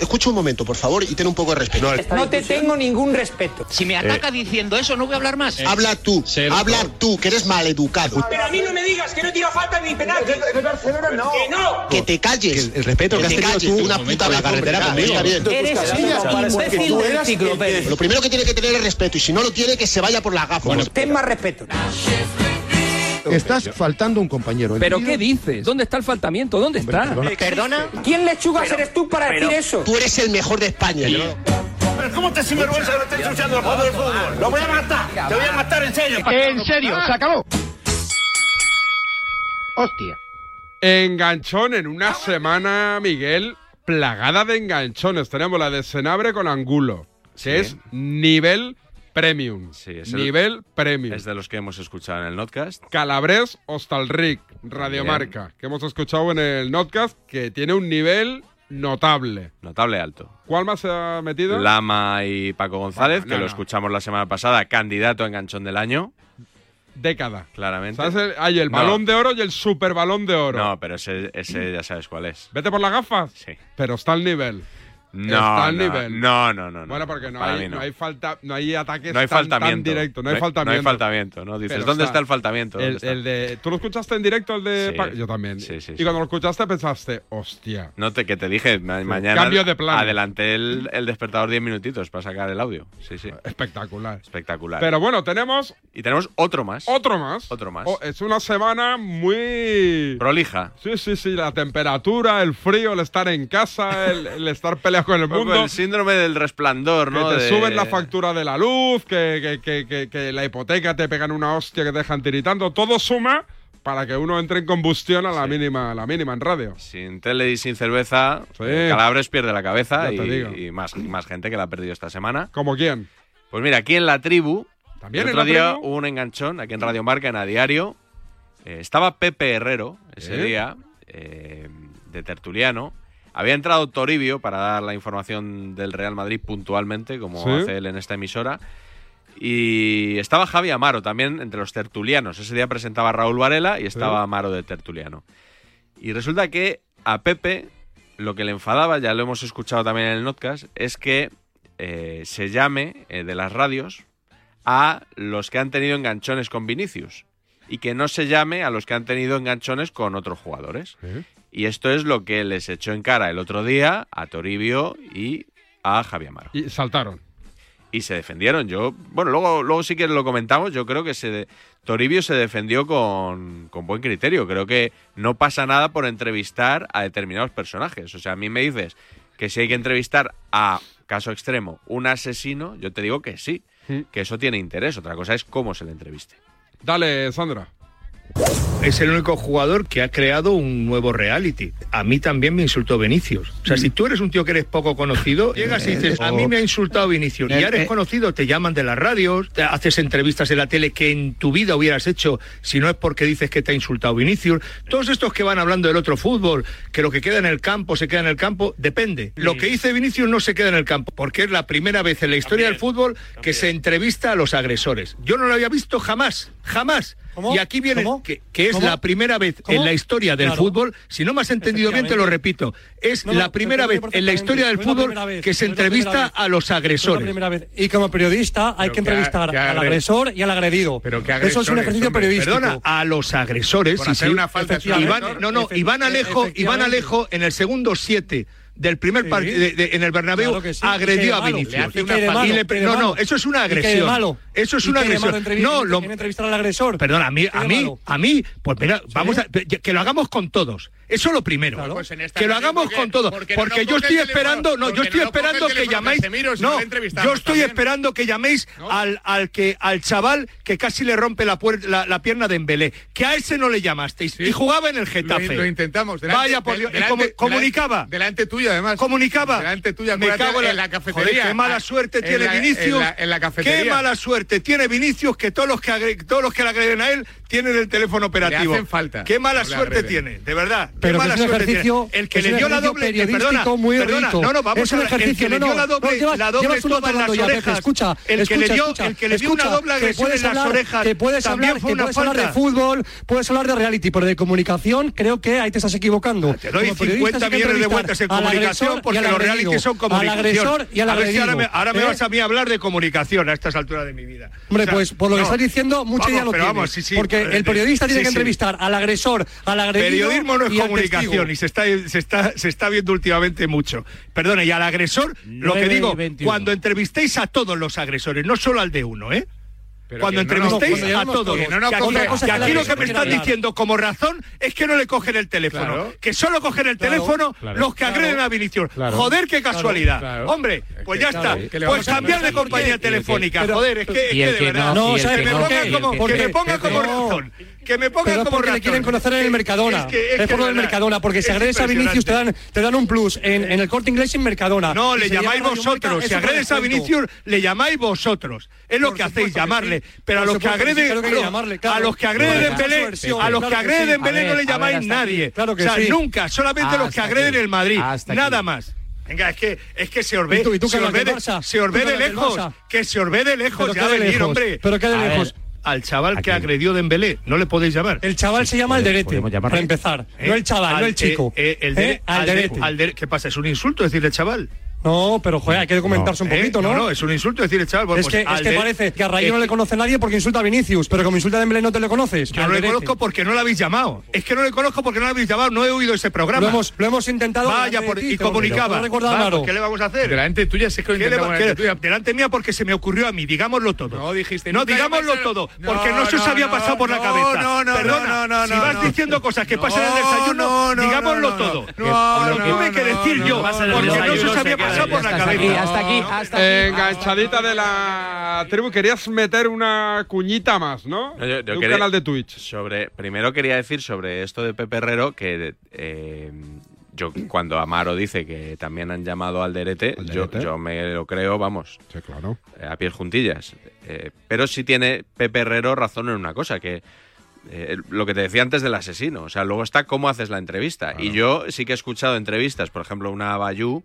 Speaker 32: Escucha un momento, por favor, y ten un poco de respeto.
Speaker 61: No te tengo ningún respeto. Si me
Speaker 32: ataca
Speaker 61: diciendo eso, no voy a hablar más.
Speaker 32: Eh, Habla tú, habla tú, que eres maleducado.
Speaker 61: Pero a mí no me digas que no tira falta ni penal. En Eh, Barcelona no. Que no.
Speaker 32: Que te calles. el respeto
Speaker 61: que has
Speaker 32: te
Speaker 61: tenido
Speaker 32: calles.
Speaker 61: tú,
Speaker 32: una
Speaker 61: un
Speaker 32: puta
Speaker 61: momento,
Speaker 32: en la carretera
Speaker 61: hombre,
Speaker 32: conmigo.
Speaker 61: claro, Está bien. eres un imbécil del ciclo, Pérez.
Speaker 32: Lo primero que tiene que tener es respeto, y si no lo tiene, que se vaya por la gafa.
Speaker 61: Ten más respeto.
Speaker 62: Estás faltando un compañero.
Speaker 63: ¿Pero qué dices? ¿Dónde está el faltamiento? ¿Dónde está?
Speaker 32: Eh,
Speaker 61: ¿Perdona? ¿Quién lechuga
Speaker 63: Pero-
Speaker 61: eres tú para
Speaker 63: pero-
Speaker 61: decir eso?
Speaker 32: Tú eres el mejor de España.
Speaker 61: ¿Cómo te sinvergüenza que lo estáis ensuciando el juego del
Speaker 32: Ah,
Speaker 61: fútbol? ¡Lo voy a matar! ¡Te voy a matar en serio!
Speaker 8: En serio, se
Speaker 61: acabó!
Speaker 8: Hostia. Enganchón en una semana, Miguel, plagada de enganchones. Tenemos la de Senabre con Angulo, que es nivel premium.
Speaker 12: es el-
Speaker 8: nivel premium.
Speaker 12: Es de los que hemos escuchado en el podcast.
Speaker 8: Calabres Hostalric, Radiomarca, que hemos escuchado en el podcast, que tiene un nivel notable.
Speaker 12: Notable alto.
Speaker 8: ¿Cuál más se ha metido?
Speaker 12: Lama y Paco González,
Speaker 8: Bueno,
Speaker 12: que
Speaker 8: no,
Speaker 12: lo
Speaker 8: no.
Speaker 12: escuchamos la semana pasada, candidato a enganchón del año,
Speaker 8: década.
Speaker 12: claramente.
Speaker 8: ¿Sabes? El- hay el
Speaker 12: No.
Speaker 8: balón de oro y el super balón de oro.
Speaker 12: No, pero ese, ese ya sabes cuál es.
Speaker 8: Vete por las gafas. Sí. Pero está al nivel.
Speaker 12: No,
Speaker 8: está al
Speaker 12: no,
Speaker 8: nivel.
Speaker 12: no, no, no, no.
Speaker 8: Bueno, porque no
Speaker 12: Para
Speaker 8: hay,
Speaker 12: mí no.
Speaker 8: no hay falta, no hay ataques
Speaker 12: No hay
Speaker 8: tan- tan,
Speaker 12: faltamiento.
Speaker 8: directo, no hay
Speaker 12: No hay- no hay
Speaker 8: faltamiento.
Speaker 12: faltamiento, ¿no? Dices, ¿dónde está el faltamiento? ¿Dónde
Speaker 8: El,
Speaker 12: está?
Speaker 8: el de, ¿Tú lo escuchaste en directo el de
Speaker 12: Sí.
Speaker 8: Pa- Yo también.
Speaker 12: Sí, sí,
Speaker 8: y
Speaker 12: sí.
Speaker 8: cuando lo escuchaste pensaste, hostia.
Speaker 12: No te, que te dije, ma- mañana
Speaker 8: Cambio de plan.
Speaker 12: adelanté el, el despertador 10 minutitos para sacar el audio. Sí, sí.
Speaker 8: Espectacular.
Speaker 12: Espectacular.
Speaker 8: Pero bueno, tenemos
Speaker 12: y tenemos otro más.
Speaker 8: otro más.
Speaker 12: Otro más.
Speaker 8: O- es una semana muy.
Speaker 12: Prolija.
Speaker 8: Sí, sí, sí. La temperatura, el frío, el estar en casa, el, el estar peleado con el mundo.
Speaker 12: El síndrome del resplandor,
Speaker 8: Que
Speaker 12: ¿no?
Speaker 8: te
Speaker 12: De-
Speaker 8: suben la factura de la luz, que, que- que- que- que la hipoteca te pegan una hostia que te dejan tiritando. Todo suma para que uno entre en combustión a la mínima, a la mínima en radio.
Speaker 12: Sin tele y sin cerveza, eh, Calabres pierde la cabeza
Speaker 8: Ya te digo.
Speaker 12: y, y más, más gente que la ha perdido esta semana.
Speaker 8: ¿Como quién?
Speaker 12: Pues mira, aquí en la tribu,
Speaker 8: ¿También
Speaker 12: el
Speaker 8: en
Speaker 12: otro
Speaker 8: la
Speaker 12: día
Speaker 8: tribu?
Speaker 12: hubo un enganchón, aquí en Radio Marca, en A Diario. Eh, estaba Pepe Herrero ese
Speaker 8: ¿Eh?
Speaker 12: día, eh, de tertuliano. Había entrado Toribio para dar la información del Real Madrid puntualmente, como
Speaker 8: Sí.
Speaker 12: hace él en esta emisora. Y estaba Javi Amaro también entre los tertulianos. Ese día presentaba Raúl Varela y estaba
Speaker 8: Sí.
Speaker 12: Amaro de tertuliano. Y resulta que a Pepe lo que le enfadaba, ya lo hemos escuchado también en el podcast, es que eh, se llame eh, de las radios a los que han tenido enganchones con Vinicius y que no se llame a los que han tenido enganchones con otros jugadores. Y esto es lo que les echó en cara el otro día a Toribio y a Javi Amaro
Speaker 8: Y saltaron.
Speaker 12: y se defendieron. Yo, bueno, luego, luego sí que lo comentamos. Yo creo que se de- Toribio se defendió con, con buen criterio. Creo que no pasa nada por entrevistar a determinados personajes. O sea, a mí me dices que si hay que entrevistar a caso extremo un asesino, yo te digo que sí, que eso tiene interés. Otra cosa es cómo se le entreviste.
Speaker 8: Dale, Sandra.
Speaker 11: es el único jugador que ha creado un nuevo reality. A mí también me insultó Vinicius. O sea, si tú eres un tío que eres poco conocido, llegas y dices, a mí me ha insultado Vinicius. Y ya
Speaker 1: Eh,
Speaker 11: eres conocido, te llaman de las radios, te haces entrevistas en la tele que en tu vida hubieras hecho si no es porque dices que te ha insultado Vinicius. Todos estos que van hablando del otro fútbol, que lo que queda en el campo se queda en el campo, depende. Lo que hice Vinicius no se queda en el campo, porque es la primera vez en la historia del fútbol que se entrevista a los agresores. Yo no lo había visto jamás, jamás. Y aquí viene que, que es
Speaker 9: ¿Cómo?
Speaker 11: la primera vez en
Speaker 9: ¿Cómo?
Speaker 11: la historia del
Speaker 9: Claro.
Speaker 11: fútbol, si no me has entendido bien te lo repito, es
Speaker 9: No, no,
Speaker 11: la primera
Speaker 9: te
Speaker 11: vez
Speaker 9: entiendo
Speaker 11: en la historia del
Speaker 9: perfectamente. No es la
Speaker 11: fútbol
Speaker 9: primera vez,
Speaker 11: que se
Speaker 9: no es la primera
Speaker 11: entrevista
Speaker 9: vez.
Speaker 11: a los
Speaker 9: Es la
Speaker 11: agresores.
Speaker 9: primera vez. Y como periodista hay que entrevistar al agresor y al agredido. Eso es un ejercicio periodístico.
Speaker 11: Perdona, a los agresores.
Speaker 9: Por
Speaker 11: sí,
Speaker 9: hacer
Speaker 11: sí.
Speaker 9: una falta a su
Speaker 11: Iván-
Speaker 9: agresor.
Speaker 11: no, no,
Speaker 9: Efe-
Speaker 11: Iván Alejo,
Speaker 9: efectivamente.
Speaker 11: Iván Alejo en el segundo 7 del primer
Speaker 9: Sí.
Speaker 11: partido en el Bernabéu
Speaker 9: Claro que sí. Y que de
Speaker 11: agredió a
Speaker 9: malo.
Speaker 11: Vinicius.
Speaker 9: Le hace una Y que de falta.
Speaker 11: Y le-
Speaker 9: malo, que de
Speaker 11: no, no,
Speaker 9: malo.
Speaker 11: eso es una
Speaker 9: Y que de
Speaker 11: agresión.
Speaker 9: malo.
Speaker 11: Eso es
Speaker 9: Y
Speaker 11: una
Speaker 9: que de malo
Speaker 11: agresión.
Speaker 9: entrevista-
Speaker 11: no, lo,
Speaker 9: en entrevistar al agresor.
Speaker 11: Perdona, a mí,
Speaker 9: Que
Speaker 11: a
Speaker 9: de
Speaker 11: mí,
Speaker 9: malo.
Speaker 11: a mí, pues mira, vamos a que lo hagamos con todos. Eso lo primero.
Speaker 9: Pues en esta
Speaker 11: que lo
Speaker 9: ocasión,
Speaker 11: hagamos
Speaker 9: porque-
Speaker 11: con todos.
Speaker 9: porque no
Speaker 11: Porque,
Speaker 9: nos
Speaker 11: yo
Speaker 9: coge
Speaker 11: estoy
Speaker 9: el teléfono,
Speaker 11: esperando, no,
Speaker 9: porque
Speaker 11: yo estoy
Speaker 9: no nos coge el
Speaker 11: esperando que
Speaker 9: teléfono
Speaker 11: llaméis.
Speaker 9: Casemiro, si no
Speaker 11: no,
Speaker 9: le entrevistamos
Speaker 11: yo estoy
Speaker 9: también.
Speaker 11: esperando que llaméis al, al que al chaval que casi le rompe la, puer- la, la pierna de Embelé. Que a ese no le llamasteis. Y jugaba en el Getafe.
Speaker 5: Lo, lo intentamos. delante-
Speaker 11: Vaya por
Speaker 5: del-
Speaker 11: Dios. Y
Speaker 5: delante-
Speaker 11: comu-
Speaker 5: delante-
Speaker 11: comunicaba.
Speaker 5: Delante tuyo, además.
Speaker 11: Comunicaba.
Speaker 5: Delante tuya.
Speaker 11: Me
Speaker 5: acuérdate,
Speaker 11: cago en la,
Speaker 5: cafetería.
Speaker 11: Joder, qué mala
Speaker 5: Ah,
Speaker 11: suerte
Speaker 5: en
Speaker 11: tiene
Speaker 5: la-
Speaker 11: Vinicius.
Speaker 5: En la, en la cafetería.
Speaker 11: Qué mala suerte tiene Vinicius que todos los que agre- todos los que le agreden a él tienen el teléfono operativo.
Speaker 5: hacen falta.
Speaker 11: Qué mala
Speaker 5: No le
Speaker 11: suerte
Speaker 5: agreden.
Speaker 11: tiene, de verdad. qué
Speaker 9: Pero que
Speaker 11: mala
Speaker 9: es un
Speaker 11: suerte
Speaker 9: ejercicio-
Speaker 11: tiene. El que
Speaker 9: es un
Speaker 11: le dio la
Speaker 9: ejercicio
Speaker 11: doble que, perdona,
Speaker 9: periodístico muy
Speaker 11: perdona,
Speaker 9: rico.
Speaker 11: no, no, vamos
Speaker 9: Es
Speaker 11: a
Speaker 9: un
Speaker 11: ver, el que
Speaker 9: ejercicio,
Speaker 11: le
Speaker 9: no,
Speaker 11: dio
Speaker 9: no,
Speaker 11: la doble,
Speaker 9: no, llevas-
Speaker 11: la doble
Speaker 9: llevas un
Speaker 11: toda en las
Speaker 9: rato hablando ya,
Speaker 11: orejas.
Speaker 9: Pepe, escucha,
Speaker 11: el que
Speaker 9: escucha,
Speaker 11: le dio,
Speaker 9: escucha,
Speaker 11: el que le dio
Speaker 9: escucha,
Speaker 11: una doble
Speaker 9: que
Speaker 11: agresión
Speaker 9: puedes
Speaker 11: en las
Speaker 9: hablar-
Speaker 11: orejas.
Speaker 9: Que puedes
Speaker 11: también
Speaker 9: hablar,
Speaker 11: fue
Speaker 9: que
Speaker 11: una
Speaker 9: puedes
Speaker 11: falta.
Speaker 9: hablar de fútbol, puedes hablar de reality, pero de comunicación creo que ahí te estás
Speaker 39: Ah,
Speaker 9: equivocando.
Speaker 11: Te doy 50 millones de vueltas en comunicación porque los reality son comunicación.
Speaker 9: Al agresor y al
Speaker 11: A ver si
Speaker 9: agredido.
Speaker 11: ahora me, ahora me
Speaker 9: ¿eh?
Speaker 11: vas a mí a hablar de comunicación a estas alturas de mi vida.
Speaker 9: Hombre,
Speaker 11: O sea,
Speaker 9: pues por lo que
Speaker 11: no.
Speaker 9: estás diciendo, mucho
Speaker 11: Vamos,
Speaker 9: ya lo
Speaker 11: pero
Speaker 9: tienes.
Speaker 11: vamos, sí, sí.
Speaker 9: porque el periodista tiene
Speaker 11: Sí,
Speaker 9: que
Speaker 11: sí.
Speaker 9: entrevistar al agresor, al agredido
Speaker 11: Periodismo no es
Speaker 9: y al
Speaker 11: comunicación
Speaker 9: testigo.
Speaker 11: y se está, se, está, se está viendo últimamente mucho. Perdone, y al agresor, lo que
Speaker 9: 9 y
Speaker 11: digo,
Speaker 9: 21.
Speaker 11: cuando entrevistéis a todos los agresores, no solo al de uno, ¿eh? cuando
Speaker 9: que no nos-
Speaker 11: entrevistéis
Speaker 9: cuando
Speaker 11: a
Speaker 9: llegamos
Speaker 11: todos.
Speaker 9: todos. Que no nos
Speaker 11: Que aquí-
Speaker 9: coge-
Speaker 11: que
Speaker 9: cosa que
Speaker 11: aquí
Speaker 9: la
Speaker 11: lo que me
Speaker 9: agresión
Speaker 11: están
Speaker 9: general.
Speaker 11: diciendo como razón es que no le cogen el teléfono.
Speaker 9: Claro.
Speaker 11: Que solo cogen el
Speaker 9: Claro.
Speaker 11: teléfono
Speaker 9: Claro.
Speaker 11: los que
Speaker 9: Claro.
Speaker 11: agreden a Vinicius.
Speaker 9: Claro.
Speaker 11: Joder, qué
Speaker 9: Claro.
Speaker 11: casualidad.
Speaker 9: Claro. Eh,
Speaker 11: Hombre, pues ya
Speaker 9: claro.
Speaker 11: está.
Speaker 9: ¿Qué le
Speaker 11: Pues
Speaker 9: vamos a
Speaker 11: cambiar de
Speaker 9: hacer? Y el
Speaker 11: compañía
Speaker 9: que-
Speaker 11: telefónica.
Speaker 9: pero-
Speaker 11: joder, es que, es
Speaker 9: y el
Speaker 11: que de
Speaker 9: que
Speaker 11: verdad.
Speaker 9: no, y el
Speaker 11: que
Speaker 9: que
Speaker 11: me
Speaker 9: no,
Speaker 11: ponga
Speaker 9: y el
Speaker 11: como-
Speaker 9: que
Speaker 11: que me
Speaker 9: no.
Speaker 11: ponga como
Speaker 9: No.
Speaker 11: razón. Que me
Speaker 9: Pero
Speaker 11: ponga
Speaker 9: es
Speaker 11: como
Speaker 9: porque le
Speaker 11: razón.
Speaker 9: quieren conocer en el Mercadona. Es,
Speaker 11: Es que- es que
Speaker 9: por lo del
Speaker 11: de verdad,
Speaker 9: Mercadona, porque si
Speaker 11: es
Speaker 9: agredes a Vinicius te dan, te dan un plus en, en el corte inglés y en Mercadona.
Speaker 11: No,
Speaker 9: Y
Speaker 11: le
Speaker 9: si llega
Speaker 11: llamáis
Speaker 9: Radio Marca,
Speaker 11: vosotros.
Speaker 9: es
Speaker 11: Si
Speaker 9: un
Speaker 11: agredes a
Speaker 9: descuento.
Speaker 11: Vinicius, le llamáis vosotros. Es lo que hacéis, llamarle. Pero a
Speaker 9: Por
Speaker 11: los que
Speaker 9: supuesto que sí,
Speaker 11: agreden,
Speaker 9: creo que hay que llamarle, claro.
Speaker 11: a los que agreden
Speaker 9: Bueno,
Speaker 11: en
Speaker 9: claro,
Speaker 11: Belén,
Speaker 9: su versión,
Speaker 11: a los
Speaker 9: claro
Speaker 11: que
Speaker 9: que
Speaker 11: agreden
Speaker 9: sí.
Speaker 11: en Belén
Speaker 9: A ver,
Speaker 11: no le
Speaker 9: a ver,
Speaker 11: llamáis
Speaker 9: hasta
Speaker 11: nadie.
Speaker 9: aquí. Claro que
Speaker 11: o sea,
Speaker 9: sí.
Speaker 11: nunca, solamente los que
Speaker 9: Hasta
Speaker 11: agreden
Speaker 9: aquí.
Speaker 11: el Madrid.
Speaker 9: Hasta
Speaker 11: Nada
Speaker 9: aquí.
Speaker 11: más. Venga, es que, es que se os
Speaker 9: ¿Y
Speaker 11: ve,
Speaker 9: tú- y tú
Speaker 11: se
Speaker 9: que
Speaker 11: os ve
Speaker 9: hablas del
Speaker 11: de,
Speaker 9: Barça?
Speaker 11: se os
Speaker 9: ¿Tú
Speaker 11: ve
Speaker 9: que
Speaker 11: de
Speaker 9: hablas del
Speaker 11: lejos,
Speaker 9: Barça?
Speaker 11: que se os ve de lejos,
Speaker 9: Pero
Speaker 11: ya
Speaker 9: qué de
Speaker 11: venir,
Speaker 9: lejos,
Speaker 11: hombre.
Speaker 9: pero qué de
Speaker 11: A ver,
Speaker 9: lejos.
Speaker 11: Al chaval que agredió Dembélé, no le podéis llamar.
Speaker 9: El chaval se llama Alderete, para empezar.
Speaker 11: ¿Eh?
Speaker 9: No el chaval, no
Speaker 11: Al-
Speaker 9: el chico.
Speaker 11: eh, eh, el de-
Speaker 9: ¿Eh? Alderete.
Speaker 11: al de- ¿Qué pasa? ¿Es un insulto decirle chaval?
Speaker 9: No, pero joder, hay que documentarse un
Speaker 11: ¿eh?
Speaker 9: poquito, ¿no?
Speaker 11: No, es un insulto decirle chaval. Bueno,
Speaker 9: es
Speaker 11: pues,
Speaker 9: que, es que
Speaker 11: Alder-
Speaker 9: parece que a Rayo
Speaker 11: Eh,
Speaker 9: no le conoce nadie porque insulta a Vinicius, pero como insulta a Dembélé no te le conoces.
Speaker 11: Yo no le
Speaker 9: Alderete.
Speaker 11: conozco porque no lo habéis llamado. Es que no le conozco porque no lo habéis llamado. No he oído ese programa.
Speaker 9: Lo hemos, lo hemos intentado.
Speaker 11: Vaya,
Speaker 9: delante
Speaker 11: por,
Speaker 9: de ti,
Speaker 11: y
Speaker 9: pero-
Speaker 11: comunicaba.
Speaker 9: pero no recordaba,
Speaker 11: Vamos,
Speaker 9: claro.
Speaker 11: ¿Qué le vamos a hacer?
Speaker 5: Delante tuya, si es que lo
Speaker 11: ¿Qué le va-
Speaker 5: intentamos
Speaker 11: qué
Speaker 5: delante
Speaker 11: le- delante mía porque se me ocurrió a mí, digámoslo todo. No dijiste No,
Speaker 5: nunca
Speaker 11: digámoslo
Speaker 5: iba a ser-
Speaker 11: todo,
Speaker 5: No,
Speaker 11: porque no, se os
Speaker 5: no,
Speaker 11: había
Speaker 5: no,
Speaker 11: pasado por la
Speaker 5: no,
Speaker 11: cabeza.
Speaker 5: no, no,
Speaker 11: Perdona,
Speaker 5: no, no,
Speaker 11: si
Speaker 5: no,
Speaker 11: vas
Speaker 5: no.
Speaker 11: diciendo cosas que pasan en el
Speaker 5: No,
Speaker 11: desayuno,
Speaker 5: no, no,
Speaker 11: digámoslo
Speaker 5: no, no.
Speaker 11: todo.
Speaker 5: No,
Speaker 11: lo
Speaker 5: no,
Speaker 11: tuve que
Speaker 5: no,
Speaker 11: decir
Speaker 5: no,
Speaker 11: yo,
Speaker 5: no, pasa en el
Speaker 11: porque no se
Speaker 5: desayuno,
Speaker 11: os
Speaker 5: se
Speaker 11: había
Speaker 5: queda
Speaker 11: pasado
Speaker 5: ahí.
Speaker 11: por la
Speaker 5: Hasta
Speaker 11: cabeza.
Speaker 5: aquí, hasta aquí,
Speaker 11: No,
Speaker 5: hasta
Speaker 26: Eh, enganchadita de la tribu, querías meter una cuñita más, ¿no?
Speaker 12: No, yo- yo
Speaker 26: De un
Speaker 12: quería-
Speaker 26: canal de Twitch.
Speaker 12: Sobre, primero quería decir sobre esto de Pepe Herrero que eh, yo cuando Amaro dice que también han llamado al Derete, yo, yo me lo creo, vamos,
Speaker 26: Sí, claro.
Speaker 12: eh, a pies juntillas. Eh, pero sí tiene Pepe Herrero razón en una cosa, que eh, lo que te decía antes del asesino, o sea, luego está cómo haces la entrevista. Y yo sí que he escuchado entrevistas, por ejemplo, una a Bayú,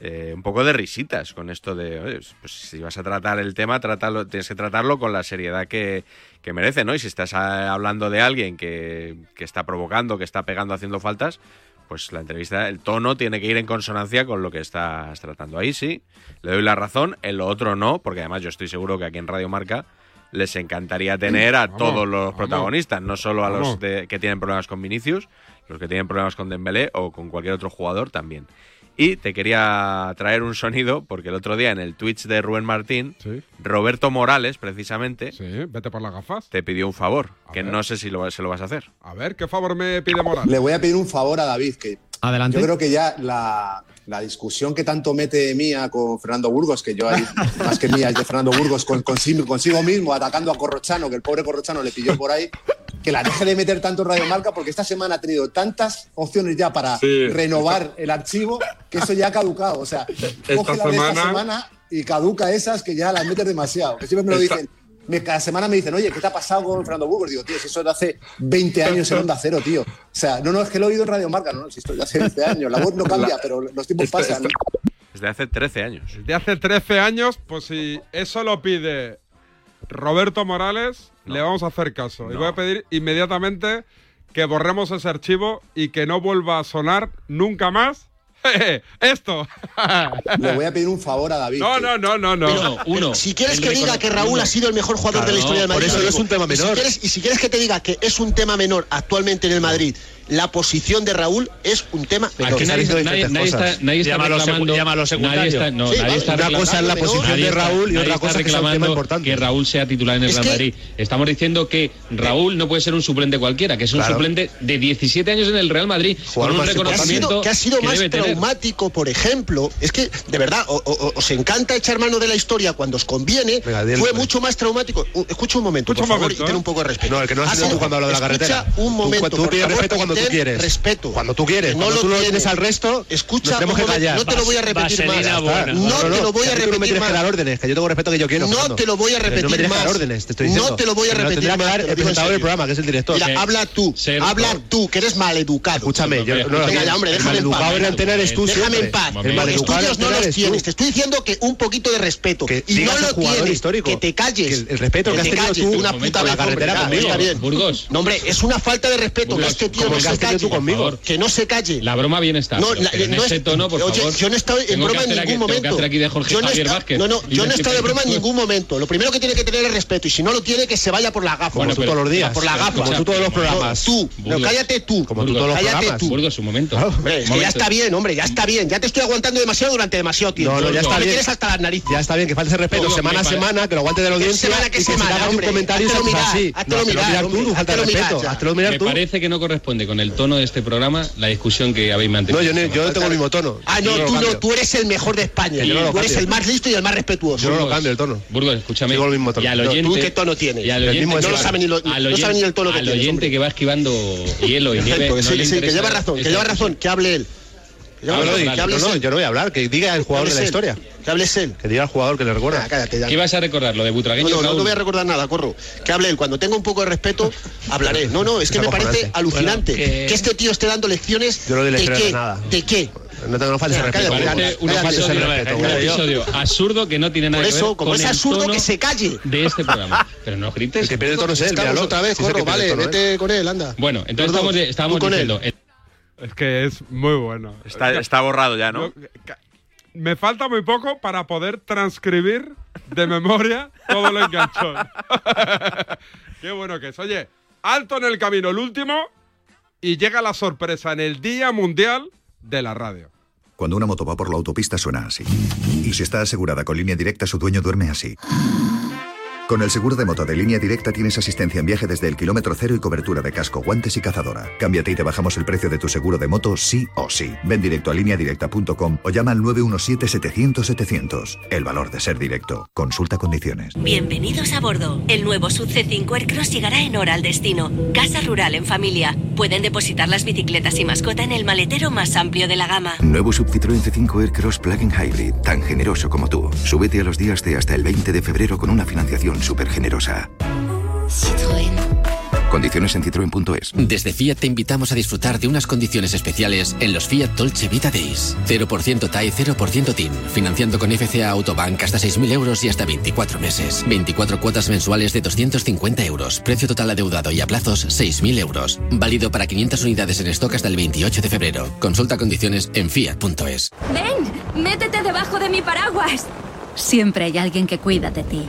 Speaker 12: eh, un poco de risitas con esto de, oye, pues si vas a tratar el tema, trátalo, tienes que tratarlo con la seriedad que, que merece, ¿no? Y si estás ah, hablando de alguien que, que está provocando, que está pegando, haciendo faltas, pues la entrevista, el tono tiene que ir en consonancia con lo que estás tratando. Ahí sí, le doy la razón, en lo otro no, porque además yo estoy seguro que aquí en Radio Marca les encantaría tener a
Speaker 10: Vamos,
Speaker 12: todos los protagonistas, no solo a los
Speaker 10: vamos.
Speaker 12: de- que tienen problemas con Vinicius, los que tienen problemas con Dembélé o con cualquier otro jugador también. Y te quería traer un sonido, porque el otro día en el Twitch de Rubén Martín, Roberto Morales, precisamente,
Speaker 26: vete por las gafas.
Speaker 12: te pidió un favor, que no sé si lo, se lo vas a hacer.
Speaker 26: A ver, ¿qué favor me pide Morales?
Speaker 64: Le voy a pedir un favor a David, que
Speaker 26: Adelante.
Speaker 64: yo creo que ya la, la discusión que tanto mete mía con Fernando Burgos, que yo ahí, más que mía, es de Fernando Burgos con, consigo, consigo mismo, atacando a Corrochano, que el pobre Corrochano le pilló por ahí,
Speaker 65: que la deje de meter tanto en Radio Marca porque esta semana ha tenido tantas opciones ya para
Speaker 11: Sí.
Speaker 65: renovar el archivo que eso ya ha caducado. O sea,
Speaker 11: Esta
Speaker 65: coge la de esta
Speaker 11: semana-
Speaker 65: semana y caduca esas que ya las metes demasiado. Que siempre me lo
Speaker 11: Esta-
Speaker 65: dicen. Me- cada semana me dicen, oye, ¿qué te ha pasado con Fernando Burgos? Digo, tío, si eso es de hace 20 años en Onda Cero, tío. O sea, no, no, es que lo he oído en Radio Marca, no, no, si esto es de hace 20 años. La voz no cambia,
Speaker 8: La-
Speaker 65: pero los tiempos
Speaker 8: Esta-
Speaker 65: pasan.
Speaker 12: Desde hace 13 años.
Speaker 8: De hace 13 años, pues si eso lo pide Roberto Morales, le vamos a hacer caso. Y voy a pedir inmediatamente que borremos ese archivo y que no vuelva a sonar nunca más. Esto.
Speaker 65: Le voy a pedir un favor a David.
Speaker 8: No, no, no, no, no.
Speaker 65: Uno, uno.
Speaker 32: Si quieres
Speaker 8: El
Speaker 32: que diga
Speaker 8: recono-
Speaker 32: que Raúl
Speaker 8: uno.
Speaker 32: ha sido el mejor jugador de
Speaker 8: Claro,
Speaker 32: la historia del
Speaker 8: por
Speaker 32: Madrid,
Speaker 8: eso
Speaker 32: lo
Speaker 8: no es
Speaker 32: digo.
Speaker 8: un tema
Speaker 32: Y si
Speaker 8: menor.
Speaker 32: quieres- y si quieres que te diga que es un tema menor actualmente en el Madrid, la posición de Raúl es un tema
Speaker 23: Pero
Speaker 32: menor.
Speaker 23: es que nadie- nadie- nadie está- nadie está reclamando- nadie está- no,
Speaker 32: Sí,
Speaker 23: nadie
Speaker 32: vamos,
Speaker 23: está
Speaker 32: una cosa es la
Speaker 23: reclamando-
Speaker 32: posición
Speaker 23: nadie
Speaker 32: de
Speaker 23: está-
Speaker 32: Raúl y
Speaker 23: nadie
Speaker 32: otra
Speaker 23: está
Speaker 32: cosa es que sea un tema
Speaker 23: reclamando
Speaker 32: importante.
Speaker 23: que Raúl sea titular en el
Speaker 32: Es
Speaker 23: Real
Speaker 32: que-
Speaker 23: Madrid. Estamos diciendo que Raúl no puede ser un suplente cualquiera, que es un
Speaker 32: Claro.
Speaker 23: suplente de 17 años en el Real Madrid con un
Speaker 32: que ha
Speaker 23: reconocimiento
Speaker 32: sido, que ha sido
Speaker 23: que
Speaker 32: más
Speaker 23: debe tener.
Speaker 32: traumático, por ejemplo. Es que, de verdad, o- o- os encanta echar mano de la historia cuando os conviene.
Speaker 11: dilo,
Speaker 32: fue
Speaker 11: pues.
Speaker 32: mucho más traumático. Uh, Escucha un momento, por
Speaker 11: Escucha un
Speaker 32: favor,
Speaker 11: momento,
Speaker 32: y ten
Speaker 11: ¿eh?
Speaker 32: un poco de respeto.
Speaker 11: No, el que no has
Speaker 32: Ha
Speaker 11: sido tú
Speaker 32: sido-
Speaker 11: cuando hablo de la carretera.
Speaker 32: Escucha un
Speaker 11: Tú-
Speaker 32: momento.
Speaker 11: tú pides
Speaker 32: por favor,
Speaker 11: respeto cuando
Speaker 32: y
Speaker 11: tú
Speaker 32: ten
Speaker 11: quieres.
Speaker 32: Respeto.
Speaker 11: Cuando tú quieres, cuando tú no lo tienes al resto,
Speaker 32: Escucha,
Speaker 11: nos tenemos
Speaker 32: un
Speaker 11: que
Speaker 32: momento,
Speaker 11: callar.
Speaker 32: No te lo voy a
Speaker 11: Vas-
Speaker 32: repetir
Speaker 11: vaselina
Speaker 32: más.
Speaker 11: buena.
Speaker 32: No
Speaker 11: No, no,
Speaker 32: te lo
Speaker 11: no,
Speaker 32: voy
Speaker 11: que
Speaker 32: a
Speaker 11: a ti tú
Speaker 32: repetir
Speaker 11: no me tienes
Speaker 32: más.
Speaker 11: que dar órdenes, que yo tengo respeto que yo quiero,
Speaker 32: No
Speaker 11: Fernando.
Speaker 32: te lo
Speaker 11: Pero
Speaker 32: voy a
Speaker 11: no me
Speaker 32: repetir
Speaker 11: tienes que dar
Speaker 32: más.
Speaker 11: órdenes, te estoy
Speaker 32: No
Speaker 11: diciendo.
Speaker 32: te lo voy a
Speaker 11: Que no te
Speaker 32: repetir
Speaker 11: tienes que
Speaker 32: más,
Speaker 11: dar
Speaker 32: te lo
Speaker 11: el
Speaker 32: digo en
Speaker 11: presentador del
Speaker 32: serio.
Speaker 11: programa, que es el director.
Speaker 32: Mira, habla tú, habla tú, que eres maleducado. Escúchame,
Speaker 11: yo- no,
Speaker 32: Venga, ya, hombre,
Speaker 11: el
Speaker 32: déjame en paz.
Speaker 11: maleducado en antena eres tú
Speaker 32: Déjame
Speaker 11: siempre.
Speaker 32: en paz.
Speaker 11: El
Speaker 32: Los
Speaker 11: maleducado en
Speaker 32: estudios no
Speaker 11: antena
Speaker 32: los
Speaker 11: eres tú.
Speaker 32: tienes. Te estoy diciendo que un poquito de respeto. Y no
Speaker 11: digas al
Speaker 32: lo
Speaker 11: jugador
Speaker 32: tienes.
Speaker 11: histórico.
Speaker 32: Que te calles.
Speaker 11: Que el- el respeto que has
Speaker 32: te
Speaker 11: tenido
Speaker 32: calles,
Speaker 11: tú
Speaker 32: de una
Speaker 11: en
Speaker 32: puta
Speaker 11: la
Speaker 32: vaca,
Speaker 11: carretera
Speaker 32: hombre, ya,
Speaker 11: conmigo.
Speaker 32: está bien.
Speaker 11: Burgos.
Speaker 32: No, hombre, es una falta de respeto que
Speaker 11: Burgos,
Speaker 32: este tío
Speaker 11: como
Speaker 32: no
Speaker 11: el que
Speaker 32: se
Speaker 11: has tenido
Speaker 32: calle.
Speaker 11: tú conmigo.
Speaker 32: Por favor. Que no se calle.
Speaker 23: La broma bien está.
Speaker 32: No,
Speaker 23: pero-
Speaker 32: la-
Speaker 23: pero en
Speaker 32: no
Speaker 23: ese
Speaker 32: es-
Speaker 23: tono, por
Speaker 32: oye,
Speaker 23: favor.
Speaker 32: yo no he estado en
Speaker 23: tengo que
Speaker 32: broma en
Speaker 23: hacer aquí-
Speaker 32: ningún
Speaker 23: tengo que
Speaker 32: momento.
Speaker 23: hacer aquí de Jorge
Speaker 32: Yo no he
Speaker 23: Javier
Speaker 32: estado-
Speaker 23: Vázquez.
Speaker 32: No, no, yo
Speaker 23: Y
Speaker 32: no he
Speaker 23: decir
Speaker 32: estado de
Speaker 23: que-
Speaker 32: broma en ningún momento. Lo primero que tiene que tener es respeto. Y si no lo tiene, que se vaya por la gafa.
Speaker 11: Como tú todos los días.
Speaker 32: Por la gafa.
Speaker 11: Como tú todos los
Speaker 32: No,
Speaker 11: programas.
Speaker 32: Tú. No,
Speaker 11: Burgos.
Speaker 32: cállate tú.
Speaker 11: Como tú todos los
Speaker 32: cállate
Speaker 11: programas.
Speaker 32: tú.
Speaker 23: Burgos, un momento.
Speaker 32: Hombre, es que ya está bien, hombre, ya está bien. Ya te estoy aguantando demasiado durante demasiado tiempo.
Speaker 11: No, no, ya está
Speaker 32: Me
Speaker 11: bien.
Speaker 32: tienes hasta las narices.
Speaker 11: Ya está bien, que falte ese respeto
Speaker 32: Burgos,
Speaker 11: semana a
Speaker 32: me pare-
Speaker 11: semana, que lo aguante de la
Speaker 32: ¿Qué
Speaker 11: audiencia.
Speaker 32: semana, qué
Speaker 11: y que
Speaker 32: semana,
Speaker 11: se te haga
Speaker 32: hombre?
Speaker 11: un comentario
Speaker 32: Háztelo
Speaker 11: pues,
Speaker 32: mirar,
Speaker 11: así.
Speaker 32: háztelo
Speaker 11: No, hazte lo
Speaker 32: mirar,
Speaker 11: mirar tú,
Speaker 32: hombre,
Speaker 11: tu falta de
Speaker 32: háztelo mirar
Speaker 11: respeto.
Speaker 32: ya.
Speaker 11: hazte lo mirar
Speaker 23: Me
Speaker 11: tú.
Speaker 23: parece que no corresponde con el tono de este programa la discusión que habéis mantenido.
Speaker 11: No, yo, no- yo no tengo el mismo tono.
Speaker 32: Ah,
Speaker 11: Yo
Speaker 32: no,
Speaker 11: lo
Speaker 32: tú no,
Speaker 11: cambio.
Speaker 32: tú eres el mejor de España.
Speaker 11: Que yo no lo
Speaker 32: Tú eres
Speaker 11: cambio.
Speaker 32: el más listo y el más respetuoso.
Speaker 11: Yo no lo cambio el tono.
Speaker 23: Burgos, escúchame.
Speaker 11: Digo el mismo tono.
Speaker 23: Y al
Speaker 11: No,
Speaker 23: oyente,
Speaker 11: ¿tú qué tono tienes?
Speaker 23: Y al
Speaker 11: El
Speaker 23: oyente,
Speaker 11: mismo de
Speaker 23: que va-
Speaker 11: siempre. No sabe ni lo-
Speaker 23: al
Speaker 11: no
Speaker 23: oyente-
Speaker 11: sabe ni el tono que
Speaker 23: al
Speaker 11: tienes,
Speaker 23: oyente
Speaker 11: hombre.
Speaker 23: que va esquivando hielo y nieve.
Speaker 11: Perfecto,
Speaker 23: no
Speaker 11: que sí,
Speaker 23: le
Speaker 11: que sí, que
Speaker 23: interesa
Speaker 11: lleva razón, que
Speaker 23: esta
Speaker 11: lleva
Speaker 32: razón, que hable él.
Speaker 11: Yo no,
Speaker 23: Habla,
Speaker 11: doy-
Speaker 23: habla,
Speaker 11: no,
Speaker 23: habla.
Speaker 11: no, yo no voy a hablar, que diga el jugador de la
Speaker 32: él.
Speaker 11: historia.
Speaker 32: Que hables él.
Speaker 11: Que diga el jugador que le recuerda.
Speaker 23: ¿Qué ibas a recordar? ¿Lo de Butragueño?
Speaker 32: No, no, no
Speaker 23: Raúl?
Speaker 32: te voy a recordar nada, corro. Que hable él. Cuando tenga un poco de respeto, hablaré. No, no, es que
Speaker 11: Es
Speaker 32: me parece
Speaker 11: acojonante.
Speaker 32: alucinante
Speaker 11: Bueno,
Speaker 32: que...
Speaker 11: que-
Speaker 32: este tío esté dando lecciones
Speaker 11: Yo no doy
Speaker 32: de
Speaker 11: lecciones
Speaker 32: qué.
Speaker 11: de nada.
Speaker 32: ¿De qué?
Speaker 11: No tengo falta de
Speaker 32: Mira,
Speaker 11: respeto.
Speaker 32: cállate,
Speaker 11: Burgos.
Speaker 23: Parece un
Speaker 11: Cállate,
Speaker 23: episodio,
Speaker 11: falta de respeto,
Speaker 23: un
Speaker 11: Burgos.
Speaker 23: episodio absurdo que no tiene nada
Speaker 11: Por
Speaker 23: que
Speaker 11: eso,
Speaker 23: ver
Speaker 11: como
Speaker 23: con
Speaker 11: es
Speaker 23: el
Speaker 11: absurdo,
Speaker 23: tono
Speaker 11: que se
Speaker 32: calle.
Speaker 23: de este programa. Pero no grites.
Speaker 11: El que pierde tono es él,
Speaker 32: Estamos
Speaker 11: míralo.
Speaker 32: otra vez,
Speaker 11: Si es el que
Speaker 32: corro,
Speaker 11: pierde
Speaker 32: vale,
Speaker 11: tono, ¿eh?
Speaker 32: vete con él, anda.
Speaker 23: Bueno, entonces
Speaker 32: Gordo,
Speaker 23: estamos, de- estábamos
Speaker 32: tú con él.
Speaker 23: diciendo...
Speaker 8: Es que es muy bueno.
Speaker 12: Está, está borrado ya, ¿no?
Speaker 8: Me falta muy poco para poder transcribir de memoria todo lo enganchón. Qué bueno que es. Oye, alto en el camino, el último, y llega la sorpresa en el Día Mundial de la Radio.
Speaker 16: Cuando una moto va por la autopista suena así. Y si está asegurada con línea directa, su dueño duerme así. Con el seguro de moto de línea directa tienes asistencia en viaje desde el kilómetro cero y cobertura de casco, guantes y cazadora. Cámbiate y te bajamos el precio de tu seguro de moto sí o sí. Ven directo a lineadirecta.com o llama al 917-700-700. El valor de ser directo. Consulta condiciones.
Speaker 25: Bienvenidos a bordo. El nuevo Sub C5 Aircross llegará en hora al destino. Casa rural en familia. Pueden depositar las bicicletas y mascota en el maletero más amplio de la gama.
Speaker 56: Nuevo sub Citroën C5 Aircross Plug-in Hybrid, tan generoso como tú. Súbete a los días de hasta el 20 de febrero con una financiación súper generosa. Condiciones en citroen.es.
Speaker 66: Desde Fiat te invitamos a disfrutar de unas condiciones especiales en los Fiat Dolce Vita Days. 0% TAE, 0% TIN. Financiando con FCA Autobank hasta 6.000 euros y hasta 24 meses. 24 cuotas mensuales de 250 euros. Precio total adeudado y a plazos 6.000 euros. Válido para 500 unidades en stock hasta el 28 de febrero. Consulta condiciones en fiat.es.
Speaker 67: Ven, métete debajo de mi paraguas.
Speaker 59: Siempre hay alguien que cuida de ti.